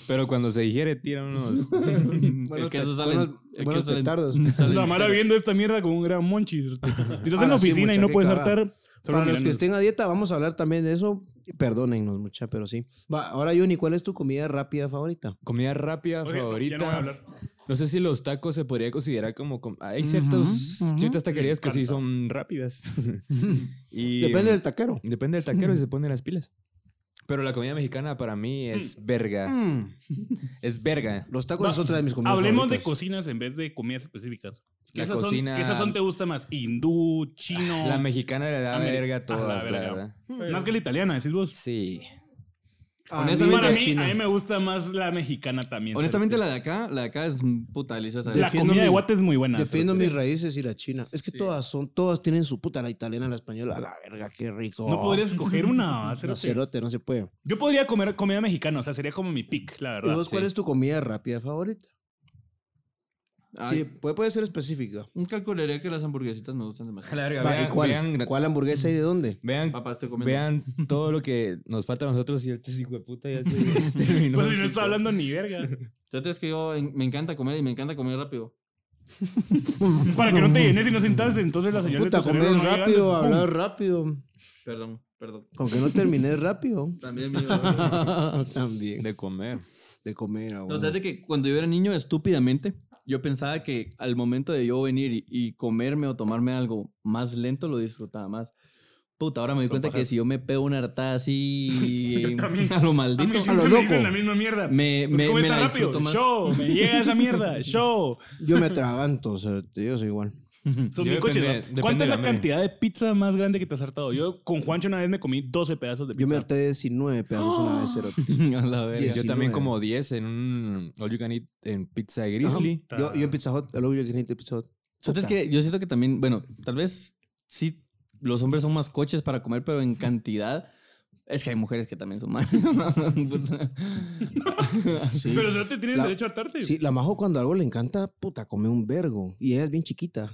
A: Pero cuando se digiere, tira
C: [LAUGHS]
A: unos.
D: el queso
B: pe-
D: sale.
B: buenos-
D: el
B: buenos
D: queso sale-
B: petardos.
D: sale-
C: La mala viendo esta mierda con un gran monchi. ¿cierto? Si estás en la
B: Ahora sí,
C: oficina y
B: mucha,
C: no
B: qué
C: puedes
B: cagada.
C: hartar. solo
B: Para los que
C: mirando.
B: estén a dieta, vamos a hablar también de eso. Perdónennos mucha, pero sí. Va, ahora, Johnny, ¿cuál es tu comida rápida favorita?
A: Comida rápida
C: Oye, no, ya
A: favorita.
C: no voy a
A: No,
C: hablar.
A: sé si los tacos se podría considerar como. com- Hay ciertos, ciertas taquerías que sí son
B: [LAUGHS]
A: rápidas. [LAUGHS] y,
B: Depende del taquero.
A: Depende del taquero
B: [LAUGHS]
A: si se pone las pilas. Pero la comida mexicana para mí es verga.
B: Mm,
A: Es verga.
B: Los tacos
C: Va,
B: es otra de mis comidas
C: Hablemos de
B: favoritas.
C: cocinas en vez de comidas específicas. ¿Qué
A: La
C: esas
A: cocina-
C: Son, ¿Qué esas son te gusta más? Hindú, chino.
A: La mexicana le da
C: Ameri-
A: verga
C: Ah,
A: a todas, la,
C: verga.
A: verdad.
C: [LAUGHS] Más que la italiana, decís vos.
A: Sí.
B: A mí
D: Honestamente,
B: la
C: Para mí,
B: china.
C: a mí me gusta más la mexicana también.
D: Honestamente,
C: cerote.
D: la de acá, la de acá es puta deliciosa.
C: la,
B: defiendo
C: comida de
B: mi-
C: Guate es muy buena.
B: Defiendo
C: cerote.
B: mis raíces y la china. Es que todas son, todas tienen su puta, la italiana, la española. A la verga, qué rico.
C: No podrías escoger una.
B: [LAUGHS] No,
C: cerote.
B: cerote, no se puede.
C: Yo podría comer comida mexicana, o sea, sería como mi pick, la
B: ¿Y
C: verdad.
B: vos cuál
C: sí.
B: es tu comida rápida favorita?
D: Ay.
B: Sí, puede, puede ser específica.
D: Calcularía que las hamburguesitas me gustan
C: [LAUGHS]
D: demasiado.
B: Va, ¿y
A: vean,
B: cuál?
A: vean-
B: ¿Cuál hamburguesa y de dónde?
A: vean-
D: Papá, estoy comiendo.
A: vean todo lo que nos falta a nosotros y este hijo de puta ya
C: [LAUGHS]
A: se terminó.
C: [LAUGHS] Pues si no está hablando ni verga.
D: Fíjate, es que yo en- me encanta comer y me encanta comer rápido.
C: Pues Para que no
B: [LAUGHS]
C: te llenes y no sentas, entonces la señora
B: Puta, comer rápido, hablar rápido.
D: Perdón, perdón.
B: Con que no
C: [LAUGHS]
B: terminé rápido.
D: También mío.
B: [LAUGHS] También.
A: de comer.
B: De comer, ah,
D: No,
B: bueno.
D: o sea, es de que cuando yo era niño, estúpidamente, yo pensaba que al momento de yo venir y, y comerme o tomarme algo más lento, lo disfrutaba más. Puta, ahora me doy
C: Son
D: cuenta que
C: pasadas.
D: si yo me pego una hartada así
C: también.
D: a lo
C: A mí
D: maldito,
C: siempre Ah,
B: a lo
C: me dicen
B: loco.
C: la misma mierda.
D: Me-
C: Pero
D: me-
C: come
D: me
C: tan
D: la
C: rápido.
D: disfruto más.
C: Show, me llega esa
B: [LAUGHS]
C: mierda. Show.
B: Yo me atraganto, o sea, te- yo soy igual.
C: Son
A: Yo
C: bien
A: depende-
C: coches, ¿no?
A: depende
C: ¿Cuánta es
A: de
C: la
A: la media.
C: cantidad de pizza más grande que te has hartado? Yo con Juancho una vez me comí 12 pedazos de pizza.
B: Yo me harté 19 pedazos una vez,
C: [GASPS]
B: cerote.
D: [LAUGHS] a la verga.
A: Yo
B: 19.
A: también como 10 en un All You Can Eat en Pizza Grizzly.
B: Ajá. Yo, yo en Pizza Hut, el obvio que necesito Pizza Hut.
D: Fíjate, es que yo siento que también, bueno, tal vez sí, los hombres son más coches para comer, pero en cantidad. Es que hay mujeres que también son más. [LAUGHS] Puta.
B: Sí.
C: Pero ya te tienes
B: La-
C: derecho a hartarse.
B: Sí, la majo cuando algo le encanta, puta, come un vergo. Y ella es bien chiquita.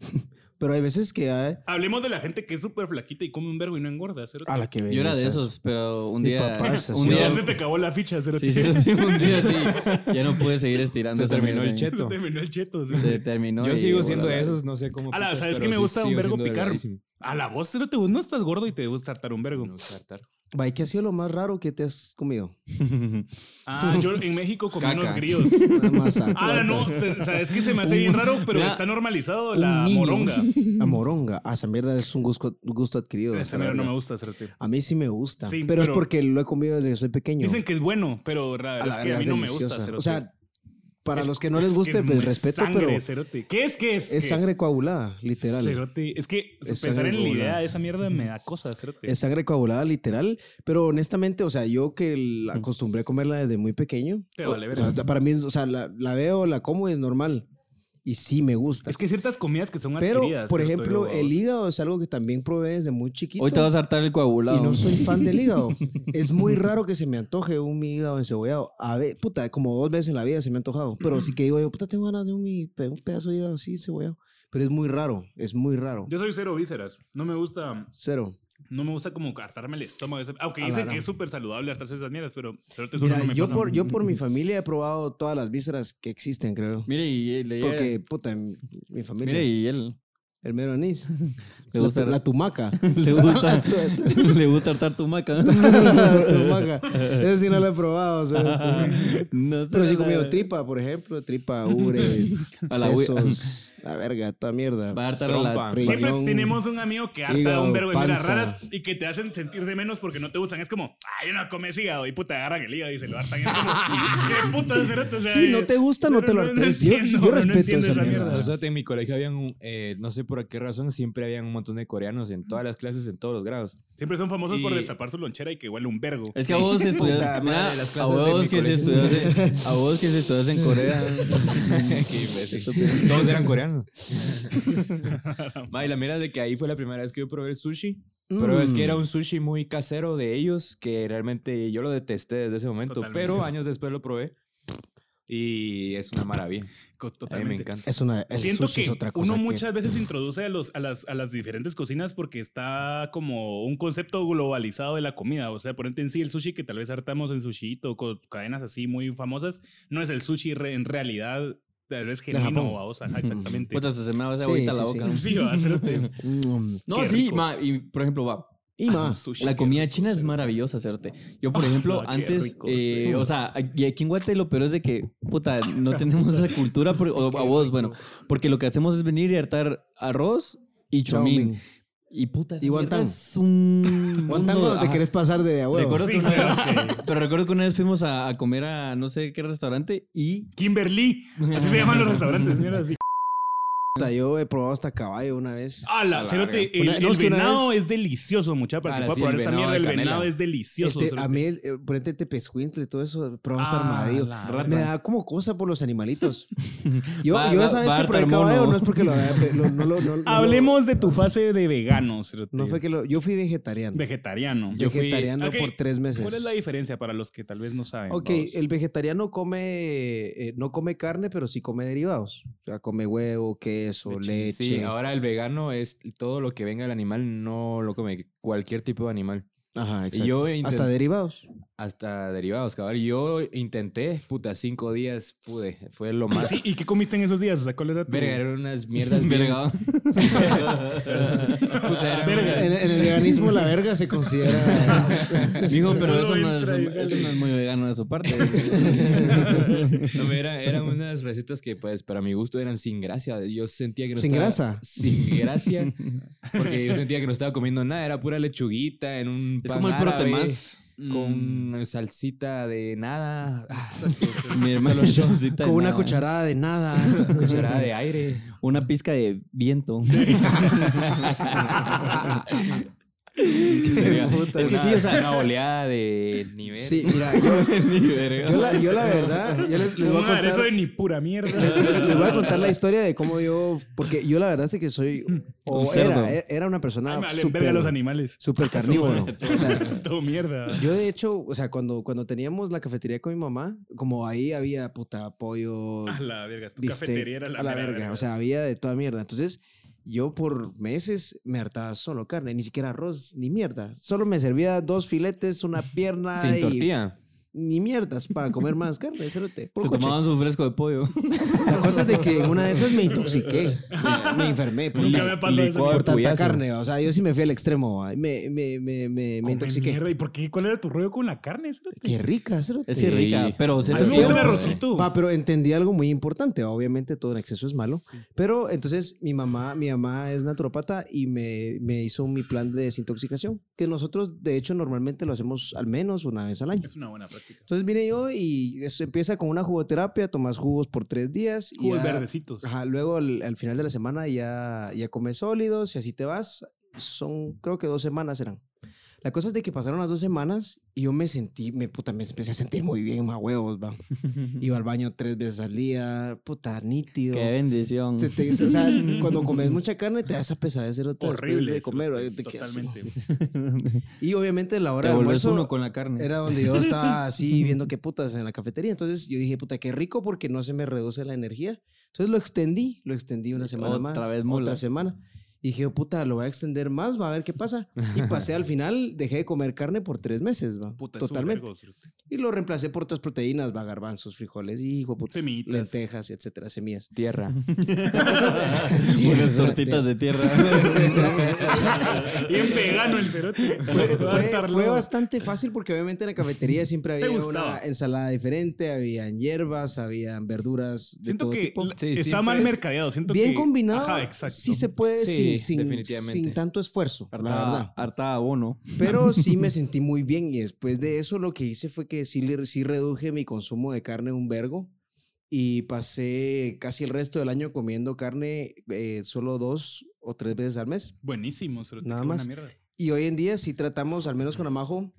B: [LAUGHS] Pero hay veces que hay-
C: Hablemos de la gente que es súper flaquita y come un verbo y no engorda. cero.
B: a la que ve.
D: Yo era de esos, pero un
B: Mi
D: día.
B: papá es así.
D: [LAUGHS] un
C: Y ya
D: día
C: se te acabó la ficha. cero.
D: [LAUGHS] Sí, sí,
C: [LAUGHS]
D: sí, un día sí. Ya no pude seguir estirando.
A: Se
D: esa
A: terminó
D: mierda
A: el
D: ahí.
A: cheto.
C: Terminó el cheto. cero. [LAUGHS]
D: Se terminó.
A: Yo
D: y
A: sigo siendo
D: hola,
A: de esos, no sé cómo.
C: A la,
A: putas,
C: ¿sabes
A: pero
C: qué me
A: sí
C: gusta un
A: sigo
C: vergo
A: siendo
C: picar?
A: delgadísimo.
C: A la voz, cero, te no estás gordo y te gusta hartar un vergo.
A: Me gusta hartar.
B: Vay, ¿qué ha sido lo más raro que te has comido?
C: Ah, yo en México comí
A: Caca.
C: unos grillos.
B: Una
C: [LAUGHS]
B: masa.
C: Ah, no, se- sabes que se me hace bien raro, pero
D: Mira,
C: está normalizado la
D: un
B: [LAUGHS]
D: niño.
C: moronga.
B: La moronga. Ah, esa mierda es un gusto, gusto adquirido.
C: Esta
B: la
C: mierda Este no
B: verga.
C: me gusta hacerte.
B: A mí sí me gusta.
C: Sí,
B: pero, es
C: pero-
B: porque lo he comido desde que soy pequeño.
C: Dicen que es bueno, pero la
B: A
C: verdad
B: la
C: es que
B: verga,
C: a mí
B: es
C: no me
B: deliciosa.
C: gusta. cerote.
B: O sea, para
C: Es-
B: los que no les
C: es
B: guste,
C: que
B: pues
C: es
B: respeto,
C: sangre,
B: pero
C: cerote. ¿Qué es que es? ¿Qué
B: es sangre coagulada, literal.
C: Cerote. Es que
B: Es
C: pensar
B: sangre
C: en la idea
B: coagulada.
C: de esa mierda me da cosas, cerote.
B: Es sangre coagulada, literal. Pero honestamente, o sea, yo que la acostumbré a comerla desde muy pequeño.
C: Te vale
B: o sea,
C: verga.
B: para mí, o sea, la, la veo, la como y es normal. Y sí me gusta.
C: Es que hay ciertas comidas que son
B: pero,
C: adquiridas.
B: por
C: cerote,
B: ejemplo,
C: o-
B: el hígado es algo que también probé desde muy chiquito.
D: Hoy te vas a hartar el coagulado.
B: y no soy fan del
D: [LAUGHS]
B: hígado. es muy raro que se me antoje un hígado encebollado. A ver, puta, como dos veces en la vida se me ha antojado. Pero sí que digo yo, puta, tengo ganas de un, mi- pe- un pedazo de hígado así encebollado. Pero es muy raro, es muy raro.
C: Yo soy cero vísceras. No me gusta,
B: Cero.
C: no me gusta como hartarme el estómago. eso- Aunque
B: A la
C: dicen
B: gran.
C: que es súper saludable hartarse esas mierdas, pero cerote solo
B: Mira,
C: no me
B: yo,
C: pasa.
B: por, yo por mi familia he probado todas las vísceras que existen, creo.
D: Mire, y eh, le llega-
B: Porque, puta, mi, mi familia,
D: Mire, y él.
B: el mero anís,
D: [LAUGHS] Le
B: la,
D: gusta-
B: la tumaca.
D: [LAUGHS]
B: [LAUGHS]
D: Le gusta, le gusta hartar tu maca.
B: la tumaca. Eso sí no lo he probado. o
D: [LAUGHS]
B: sea,
D: No
B: Pero sí he
D: será la-
B: comido tripa, por ejemplo, tripa, ubre,
D: [LAUGHS] A la hui-
B: sesos, la verga, toda mierda.
D: Va a hartar a la
A: Trompa.
D: tripa.
C: Siempre
B: riñón,
C: tenemos un amigo que harta
B: hígado,
C: un verbo de mierdas
B: panza.
C: raras y que te hacen sentir de menos porque no te gustan. Es como, ay, yo no comes hígado y puta, agarran el hígado y se lo hartan. Es
B: [LAUGHS]
C: como, ¿Qué puta cerote? O sea,
B: Sí, no te gusta, no
C: yo [LAUGHS]
B: te lo hartes. Yo- yo respeto
C: entiendo
B: esa mierda.
A: O sea, en mi colegio habían, un, eh, no sé por qué razón, siempre habían un montón de coreanos en todas las clases, en todos los grados.
C: Siempre son famosos por
A: Y-
C: destapar su lonchera y que huele un vergo.
D: Es que a vos estudias.
A: Puta
D: mira,
A: madre, las
D: a
A: clases de
D: vos
A: mi
D: que si
A: colegio.
D: estudias. A vos que si estudias en Corea.
A: [LAUGHS] Qué imbécil. Todos eran coreanos. [LAUGHS] Ma, y la mira de que ahí fue la primera vez que yo probé el sushi. Pero es que era un sushi muy casero de ellos que realmente yo lo detesté desde ese momento.
C: Totalmente.
A: Pero años después lo probé y es una maravilla.
C: Co-
A: A mí me
C: Totalmente.
A: encanta.
B: Es una. El
C: Siento
B: sushi
C: que
B: es otra cosa.
C: uno
B: que-
C: muchas veces introduce a, los, a, las, a las diferentes cocinas porque está como un concepto globalizado de la comida. O sea, por ejemplo, en sí el sushi que tal vez hartamos en sushito con cadenas así muy famosas, no es el sushi re- en realidad, tal vez genuino
B: Japón. [LAUGHS] Pues
C: o babosa. Ajá, exactamente.
D: Puta, hasta se me va a hacer
B: Sí,
D: agüita la
B: sí, sí.
C: [LAUGHS]
D: boca.
C: Sí, va,
B: [LAUGHS]
C: cerote.
B: Mm,
D: No,
C: Qué
D: sí,
C: rico.
D: ma, y por ejemplo, va.
B: y más.
C: Sushi,
D: La
C: qué
D: comida
C: rico,
D: china es
C: cerote.
D: maravillosa, hacerte.
C: [LAUGHS]
D: Yo, por
C: Ah,
D: ejemplo,
C: qué
D: antes,
C: rico,
D: eh,
C: sí.
D: o sea, y aquí en Guate lo peor es de que, puta, no tenemos esa cultura,
C: [LAUGHS]
D: por- o a vos, bueno, porque lo que hacemos es venir y hartar arroz y chomín.
B: Chowmin.
D: Y puta, esa
B: Y
D: mierda
B: guantán.
D: es un.
B: Guantán
D: mundo,
B: cuando te
D: ajá.
B: querés pasar de agua.
D: Recuerdo
C: Sí,
D: que una vez-
C: cerote.
D: pero recuerdo que una vez fuimos a, a comer a no sé qué restaurante
C: [LAUGHS]
D: y.
C: Kimberly. Así se llaman los restaurantes, mira, así.
B: Yo he probado hasta caballo una
D: Ah,
B: vez.
C: ¡Hala!
A: la
C: Cerote,
A: verga.
C: el,
B: Una- no,
C: el
B: es que una
C: venado
B: vez-
C: es delicioso, mucha. Para
D: Ah,
C: que pueda
D: sí,
C: probar
D: el
C: esa
D: venado
C: mierda,
D: de
C: el
D: canela.
C: venado es delicioso.
B: Este, a
C: cerote.
B: mí, el- eh, por ejemplo, el tepezuintle y todo eso, probaba hasta
C: Ah,
B: armadillo.
C: la
B: Me
D: rata.
B: da como cosa por los animalitos. Yo,
D: Va-
B: yo
D: va-
B: esa vez
D: va a
B: que probé
D: hartar mono.
B: caballo no es porque lo, lo- no lo- no- no lo-
C: Hablemos de tu fase de vegano, cerote.
B: No fue que lo. Yo fui vegetariano.
C: Vegetariano.
A: Yo fui-
B: vegetariano
C: Ok,
B: por tres meses.
C: ¿Cuál es la diferencia para los que tal vez no saben?
B: Ok,
C: vamos?
B: el vegetariano come, eh, no come carne, pero sí come derivados. O sea, come huevo, queso, leche.
A: Sí, ahora el vegano es todo lo que venga del animal, no lo come cualquier tipo de animal.
B: Ajá,
A: Y
B: exacto.
A: yo intent-
B: Hasta
A: hasta,
B: derivados.
A: derivados, cabal. Yo intenté, puta, cinco días pude. Fue lo más. [LAUGHS]
C: Sí, ¿Y qué comiste en esos días? O sea, ¿cuál era tu...?
A: Verga,
C: [LAUGHS]
A: eran unas [LAUGHS] mierdas. bien-
D: Verga.
A: Puta, eran
C: Verga.
A: unas-
B: En, en el veganismo la verga se considera...
D: [LAUGHS] Dijo, pero
C: Solo
D: eso no, es,
C: entra y sale.
D: eso no es muy vegano de
C: [LAUGHS]
D: su parte.
B: [LAUGHS]
A: No, era, eran unas recetas que, pues, para mi gusto eran sin gracia. Yo sentía que no
B: ¿Sin
A: estaba-
B: grasa?
A: Sin
B: [LAUGHS]
A: gracia. Porque yo sentía que no estaba comiendo nada. Era pura lechuguita en un
D: Es
A: pan
D: como el mm.
A: árabe
D: protemás.
A: Con salsita de nada. [LAUGHS] Ah,
D: Mi hermano Johncita
B: Con una
D: nada.
B: cucharada de nada.
A: cucharada de
D: [LAUGHS]
A: aire.
D: Una pizca de
C: [LAUGHS]
D: viento.
B: puta
D: es que sí,
A: Una-
D: o sea,
A: Una oleada de nivel. [LAUGHS]
B: Sí, mira, yo,
D: mi verga.
B: yo la, yo la verdad, yo les, les
C: Un
B: voy a contar...
C: aderezo de ni pura mierda.
B: [LAUGHS] Les voy a contar la historia de cómo yo, porque yo la verdad es que soy, o
D: Un cerdo.
B: era, eh, era una persona
C: [LAUGHS] Ay, me valen verga
B: Ah, súper
C: los
B: [LAUGHS]
C: animales. [LAUGHS]
B: súper carnívoro. O sea,
C: Todo mierda.
B: Yo de hecho, o sea, cuando, cuando teníamos la cafetería con mi mamá, como ahí había puta pollo,
C: A Ah, la verga. Tu
B: bistec,
C: cafetería era la,
B: a la
C: mera
B: verga, o sea, había de toda mierda. Entonces, yo por meses me hartaba solo carne, ni siquiera arroz, ni mierda. Solo me servía dos filetes, una pierna
A: Sin
B: y
A: tortilla.
B: ni mierdas para comer más carne, cerote.
D: Se
B: Puro coche.
D: tomaban su fresco de pollo.
B: La cosa es de que en una de esas me intoxiqué. Me, me enfermé por,
C: Nunca
B: tan-
C: me ha pasado eso.
A: licuado
B: por tanta
A: Tuyazo.
B: carne. O sea, yo sí me fui al extremo. va. Me, me, me, me, me
C: Come
B: intoxiqué.
C: mierda, ¿Y por qué? ¿Cuál era tu rollo con la carne? cerote?
B: Qué rica, cerote.
D: [LAUGHS] Es que rica,
A: Sí.
D: pero se
C: A
D: te
C: mí me gusta el
D: olvida.
C: arrocito.
B: Va, pero entendí algo muy importante. Obviamente todo en exceso es malo. Pero entonces mi mamá, mi mamá es naturopata y me, me hizo mi plan de desintoxicación. Que nosotros, de hecho, normalmente lo hacemos al menos una vez al año.
C: Es una buena práctica.
B: Entonces vine yo y eso empieza con una jugoterapia, tomas jugos por tres días. y
C: Jugos
B: ya-
D: Pues
C: verdecitos.
B: Ajá, luego al, al final de la semana ya, ya comes sólidos y así te vas. Son, creo que dos semanas eran. La cosa es de que pasaron las dos semanas y yo me sentí, me, puta, me empecé a sentir muy bien, ma huevos,
D: [LAUGHS]
B: va. Iba al baño tres veces al día, puta, nítido.
D: Qué bendición.
B: Se te- o sea, cuando comes mucha carne te da esa pesadez otra después
C: Horrible.
B: de comer.
C: cerote,
B: ¿eh? Te quedas-
C: Pues, Totalmente.
B: [LAUGHS] Y obviamente la hora
D: Te
B: de
D: volvés
B: almuerzo
D: uno con la carne. [LAUGHS]
B: era donde yo estaba así viendo qué putas en la cafetería. Entonces yo dije, puta, qué rico porque no se me reduce la energía. Entonces lo extendí, lo extendí una semana
D: Otra
B: más.
D: vez mula.
B: Otra semana. Y dije, "Oh, puta, lo voy a extender más, va a ver qué pasa. Y pasé
D: [LAUGHS]
B: al final, dejé de comer carne por tres meses, va.
C: Puta, es un
B: Totalmente.
C: vergo, cerote. [LAUGHS]
B: Y lo reemplacé por otras proteínas, va, garbanzos, frijoles, y hijo de puta,
C: Semillitas.
B: lentejas, etcétera, semillas. [LAUGHS]
D: [LAUGHS]
A: Tierra.
D: Unas tortitas de tierra.
C: Bien vegano el cerote.
B: Fue,
C: Va a estar
B: fue
C: loco.
B: bastante fácil porque obviamente en
C: [LAUGHS]
B: la cafetería siempre había
C: gustaba.
B: una ensalada diferente, habían hierbas, habían verduras de
C: Siento
B: todo
C: que
B: tipo.
C: la-
A: Sí,
C: está
A: siempre
C: mal
A: es
C: mercadeado. Siento
B: Bien
C: que-
B: combinado,
C: Ajá, exacto.
B: sí se puede
A: Sí,
B: sin, sin-
A: definitivamente.
B: sin tanto esfuerzo, la verdad.
A: [LAUGHS]
D: [LAUGHS] Harta, harta abono.
B: Pero sí me sentí muy bien y después de eso lo que hice fue que sí, le- sí reduje mi consumo de carne un vergo y pasé casi el resto del año comiendo carne eh, solo dos o tres veces al mes.
C: Buenísimo, cerote.
B: Nada
C: qué buena
B: más.
C: mierda.
B: Y hoy en día sí tratamos, al menos con Amajo,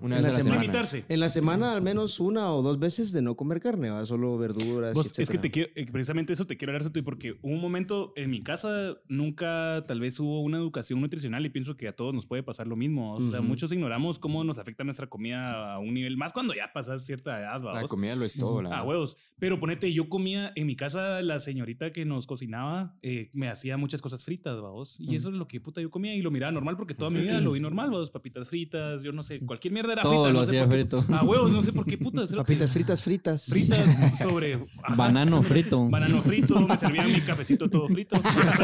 A: Una vez a
B: En la
A: la
B: semana.
A: semana.
C: Limitarse.
B: En la semana al menos una o dos veces de no comer carne, ¿va? solo verduras.
C: Vos, es que
B: etcétera.
C: te quiero, eh, precisamente eso te quiero hablar, Sotoy, porque hubo un momento en mi casa nunca tal vez hubo una educación nutricional y pienso que a todos nos puede pasar lo mismo. O sea,
B: Ujú.
C: muchos ignoramos cómo nos afecta nuestra comida a un nivel más cuando ya pasas cierta edad, ¿va
A: La
C: vos?
A: comida lo es todo, la
C: Ah,
A: verdad.
C: huevos. Pero ponete, yo comía en mi casa, la señorita que nos cocinaba eh, me hacía muchas cosas fritas, vaos.
D: Mm.
C: Y eso es lo que puta yo comía y lo miraba normal porque toda mi vida
D: [LAUGHS]
C: lo vi normal, vaos. Papitas fritas, yo no sé, cualquier mierda era
D: Mm. Todo
C: frita.
D: lo
C: no sé
D: hacía
C: por qué-
D: frito.
C: Ah, huevos, no sé por qué putas. era
B: Papitas fritas, fritas.
C: Fritas sobre. ajá,
D: Banano frito.
C: [LAUGHS] Banano frito, me servían mi cafecito todo frito.
D: [LAUGHS]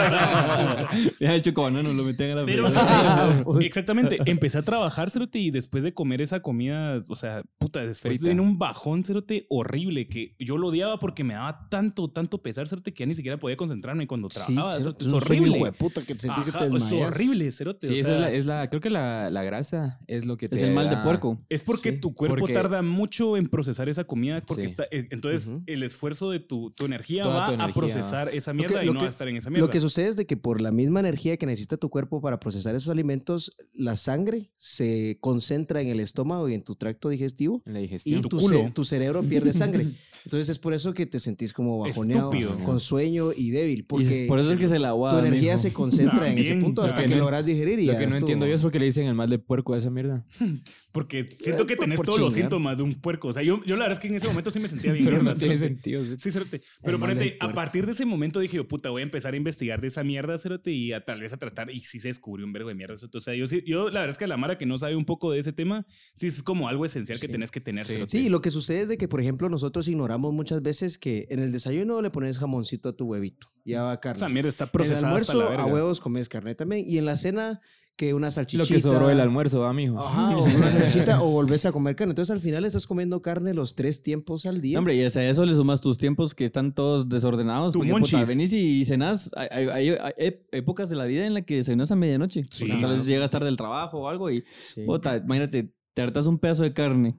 D: Ya el chocobanano lo metían a la
C: Pero, o
D: mierda.
B: [LAUGHS]
C: sea, exactamente, empecé a trabajar, Cerote, y después de comer esa comida, o sea, puta, después
A: Frita.
C: en un bajón, Cerote, horrible, que yo lo odiaba porque me daba tanto, tanto pesar, Cerote, que ya ni siquiera podía concentrarme cuando
B: Sí,
C: trabajaba.
B: cero,
C: cerote,
B: es
C: ah, es
B: un sueño, hijo
C: horrible.
B: de puta que sentí que
C: Ajá,
B: te
C: es
B: desmayas.
C: horrible, Cerote.
A: Sí,
C: o
A: esa
C: sea,
A: es la, es la- creo que la, la grasa es lo que te
D: Es el mal de
A: da-
D: puerco.
C: Es porque
A: Sí,
C: tu cuerpo
A: porque-
C: tarda mucho en procesar esa comida, porque
A: Sí.
C: está, eh, entonces el esfuerzo de tu, tu energía
A: Toda
C: va
A: tu
C: a
A: energía.
C: procesar esa
B: Lo que-
C: mierda y
B: lo
C: no
B: que-
C: a estar en esa mierda.
B: Lo que sucede es de que por la misma energía que necesita tu cuerpo para procesar esos alimentos, la sangre se concentra en el estómago y en tu tracto digestivo
A: En la
B: y
A: digestión.
B: tu,
C: tu culo.
B: ce- tu cerebro
C: [LAUGHS]
B: pierde sangre. Entonces es por eso que te sentís como bajoneado,
C: Estúpido.
B: con sueño y débil,
D: Y
B: porque
D: por eso es que se la
B: tu
D: aguada.
B: energía
D: mijo.
B: se concentra en ese
C: También,
B: punto hasta
C: lo que
B: que
C: no-
B: logras digerir y
A: Lo
B: ya
A: que no
B: estuvo.
A: entiendo yo es porque le dicen el mal de puerco a esa mierda.
D: [LAUGHS]
C: Porque siento que
B: Eh, por-
C: tenés
B: por
C: todos los
B: chingar.
C: síntomas de un puerco. O sea, yo, yo la verdad es que en ese momento sí me sentía bien.
A: Pero
C: mierda,
A: no tiene
C: cerote.
A: sentido. ¿sí?
C: Sí, cerote. Pero
B: mal
C: ponete,
B: del
C: a
B: puerco.
C: partir de ese momento dije, yo, puta, voy a empezar a investigar de esa mierda, cerote, y a, tal vez a tratar. Y sí se descubrió un vergo de mierda, cerote. O sea, yo, sí- yo la verdad es que la Mara que no sabe un poco de ese tema, sí es como algo esencial que tenés que tener, cerote.
B: Sí, lo que sucede es de que, por ejemplo, nosotros ignoramos muchas veces que en el desayuno le pones jamoncito a tu huevito. Ya va carne.
C: Esa mierda está
B: en el
C: procesada hasta
B: almuerzo
C: la verga.
B: a huevos comes carne también. Y en la cena, que una salchichita.
A: Lo que sobró del almuerzo, va, mijo.
B: Ajá, o una salchichita, o volvés a comer carne. Entonces al final estás comiendo carne los tres tiempos al día.
D: No, Hombre, y a eso le sumas tus tiempos que están todos desordenados.
C: Tu
D: porque, puta,
C: monchis.
D: venís y cenas. Hay, hay- hay- hay épocas de la vida en la que desayunas a medianoche.
C: Sí.
D: porque tal vez llegas tarde del trabajo o algo y,
B: Sí.
D: puta, imagínate, te hartas un pedazo de carne.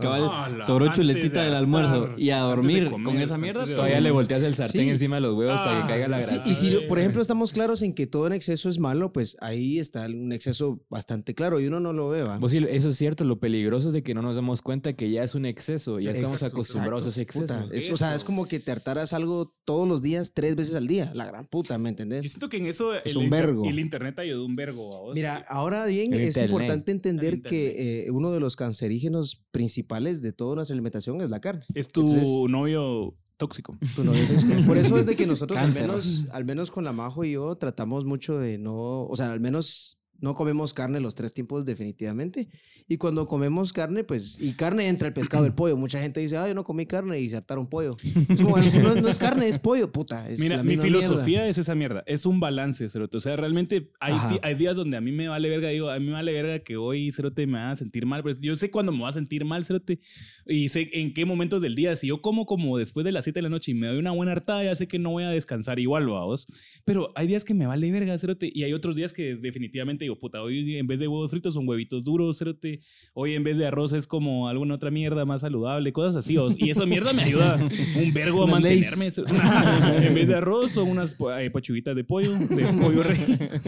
D: Cabal,
C: Ala,
D: sobró
C: Ah, antes de
D: chuletita del
C: hartar,
D: almuerzo y a
C: antes de
D: dormir
C: comer,
D: con esa mierda.
C: antes de
A: Todavía le volteas el sartén
B: Sí.
A: encima de los huevos para
C: Ah,
A: que caiga la
C: sí,
A: grasa.
B: Sí, y si,
C: Ay.
B: por ejemplo, estamos claros en que todo en exceso es malo, pues ahí está un exceso bastante claro y uno no lo ve, ¿va?
A: Vos sí, eso es cierto, lo peligroso es de que no nos damos cuenta que ya es un exceso, ya estamos
B: Exacto,
A: acostumbrados a ese
B: puta,
A: exceso.
B: es- o sea, es como que te hartaras algo todos los días, tres veces al día. La gran puta,
C: Yo
B: ¿me entendés?
C: siento que en eso
B: Es
C: el,
B: un
C: inter-
B: vergo.
C: el internet ayudó un vergo a vos.
B: Mira, ahora bien,
A: El
B: es
A: internet.
B: importante entender
C: internet.
B: que eh, uno de los cancerígenos principales de toda nuestra alimentación es la carne.
C: Es tu
B: Entonces-
C: novio tóxico.
B: Tú no dices que- Por eso es de que nosotros, al
D: Cáncer.
B: menos, al menos con la Majo y yo, tratamos mucho de no, o sea, al menos No comemos carne los tres tiempos definitivamente. Y cuando comemos carne, pues, y carne entre el pescado y el pollo. Mucha gente dice, ah, yo no comí carne y se hartaron pollo. Es como, no, no es carne, es pollo, puta. es
C: Mira,
B: la
C: mi
B: misma
C: filosofía
B: mierda.
C: es esa mierda. Es un balance, Cerote. O sea, realmente hay,
B: Ajá.
C: di- hay días donde a mí me vale verga. Digo, a mí me vale verga que hoy, Cerote, me va a sentir mal. Pero yo sé cuándo me va a sentir mal, Cerote. Y sé en qué momentos del día. Si yo como como después de las 7 de la noche y me doy una buena hartada, ya sé que no voy a descansar igual, vaos. Pero hay días que me vale verga, Cerote. Y hay otros días que definitivamente digo, puta, hoy en vez de huevos fritos son huevitos duros, Cerote. Hoy en vez de arroz es como alguna otra mierda más saludable, cosas así. vaos. Y esa mierda me ayuda un vergo a
B: Unas
C: mantenerme.
B: Lay's.
C: Cerote. [LAUGHS] en vez de arroz son unas eh, pachuguitas de pollo, de pollo rey.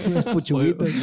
B: Unas puchuguitas.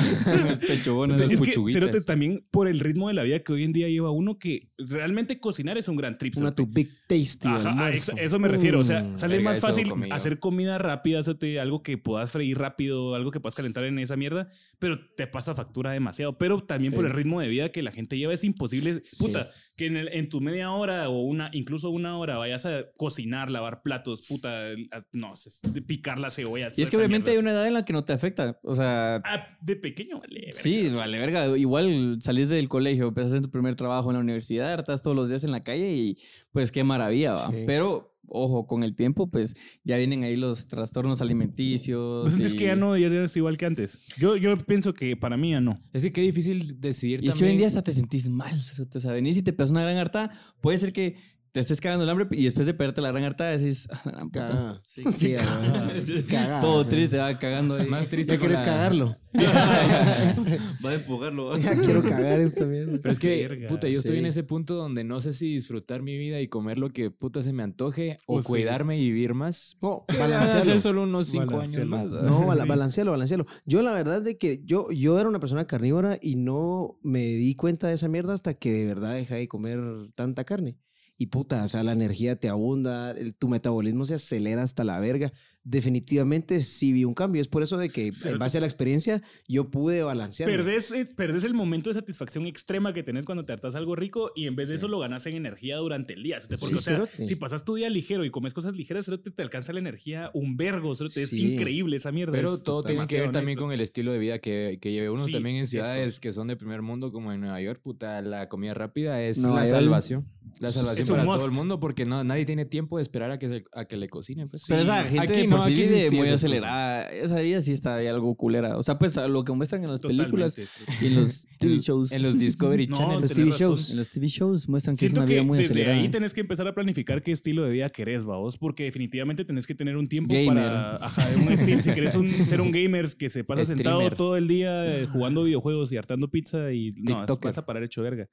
D: Pechobonas.
A: Las
C: Es que,
A: puchuguitas.
C: Cerote, también por el ritmo de la vida que hoy en día lleva uno que realmente cocinar es un gran trip.
B: Una
C: Cerote.
B: tu big tasty.
C: Ajá, a
B: almuerzo.
C: eso, eso me refiero. O sea,
B: Mm.
C: sale
A: verga,
C: más
A: eso
C: fácil
A: comí yo.
C: hacer comida rápida, cerote, algo que puedas freír rápido, algo que puedas calentar en esa mierda, pero te pasa factura demasiado. Pero también por el ritmo de vida que la gente lleva es imposible. Puta, que en, el- en tu media hora o una, incluso una hora vayas a cocinar, lavar platos, puta, a- no sé, picar la cebolla.
D: Y es que
C: esa
D: obviamente hay
C: mierda.
D: una edad en la que no te afecta. O sea,
C: Ah, de pequeño, vale.
D: sí, vale, verga. Igual salís del colegio, empezás en tu primer trabajo en la universidad, estás todos los días en la calle y pues qué maravilla, va.
B: Sí.
D: Pero, ojo, con el tiempo, pues ya vienen ahí los trastornos
C: ¿Tú
D: alimenticios.
C: sientes
D: y-
C: Pues que ya no ya eres igual que antes? Yo, yo pienso que para mí ya no.
A: Es que qué difícil decidir
D: Y es que hoy
A: también.
D: en día hasta te sentís mal, te saben. Y si te pegas una gran harta, puede ser que te estés cagando el hambre y después de pegarte la gran harta decís, "Ah, la gran puta".
B: Cagada. Sí, cagada. Cagada,
D: todo
B: sí.
D: triste, va cagando ahí.
A: Más triste
B: Ya
A: con
B: quieres
A: la-
B: cagarlo.
D: [LAUGHS] Va a empujarlo.
B: Ya quiero cagar esta mierda.
A: Pero es que,
C: Verga.
A: puta, yo estoy en
B: Sí.
A: ese punto donde no sé si disfrutar mi vida y comer lo que puta se me antoje o
C: Oh, sí.
A: cuidarme y vivir más. [LAUGHS] No,
B: balancealo.
A: hacer solo unos cinco años
C: Balancealo.
A: más. ¿verdad?
D: [LAUGHS]
B: No, bala- balancealo, balancealo. Yo la verdad es de que yo, yo era una persona carnívora y no me di cuenta de esa mierda hasta que de verdad dejé de comer tanta carne. Y puta, o sea, la energía te abunda, el- tu metabolismo se acelera hasta la verga. Definitivamente sí vi un cambio. Es por eso de que en base a la experiencia yo pude balancear.
C: Perdés, eh, perdés el momento de satisfacción extrema que tenés cuando te hartas algo rico y en vez de eso lo ganas en energía durante el día. cerote, Porque,
B: Sí,
C: o sea,
B: cerote.
C: si pasas tu día ligero y comes cosas ligeras, cerote, te alcanza la energía un vergo. cerote, Es
B: Sí.
C: increíble esa mierda.
A: Pero
C: es
A: todo tiene que ver
C: demasiado
A: también
C: honesto.
A: con el estilo de vida que, que lleve uno.
C: Sí,
A: también en
C: eso.
A: ciudades que son de primer mundo, como en Nueva York, puta, la comida rápida es
D: Nueva
A: la
D: York.
A: salvación. La salvación
C: Es un
A: para todo el
C: must.
A: mundo porque no, nadie tiene tiempo de esperar a que, se- a que le cocinen. pues.
D: Pero
A: Sí.
D: esa gente
A: Aquí
D: de
A: no,
D: por sí
A: aquí sí-
D: vive
A: sí
D: muy
A: es excusa.
D: acelerada. Esa vida sí está ahí algo culera. O sea, pues a lo que muestran en las películas
C: Totalmente, cerote.
D: y en
C: [LAUGHS]
D: los TV shows. [LAUGHS]
A: En los Discovery
C: No,
A: Channel.
C: tenés
D: TV
C: razón.
D: shows. En los TV shows muestran que es
C: Siento
D: una
C: que
D: vida muy
C: desde
D: acelerada.
C: ahí tenés que empezar a planificar qué estilo de vida querés, vos, porque definitivamente tenés que tener un tiempo
D: Gamer.
C: para ajá, un estilo. si querés un- ser un gamer que se pasa sentado
A: Streamer.
C: todo el día eh, jugando videojuegos y hartando pizza y no, eso
A: TikToker.
C: vas a parar hecho verga.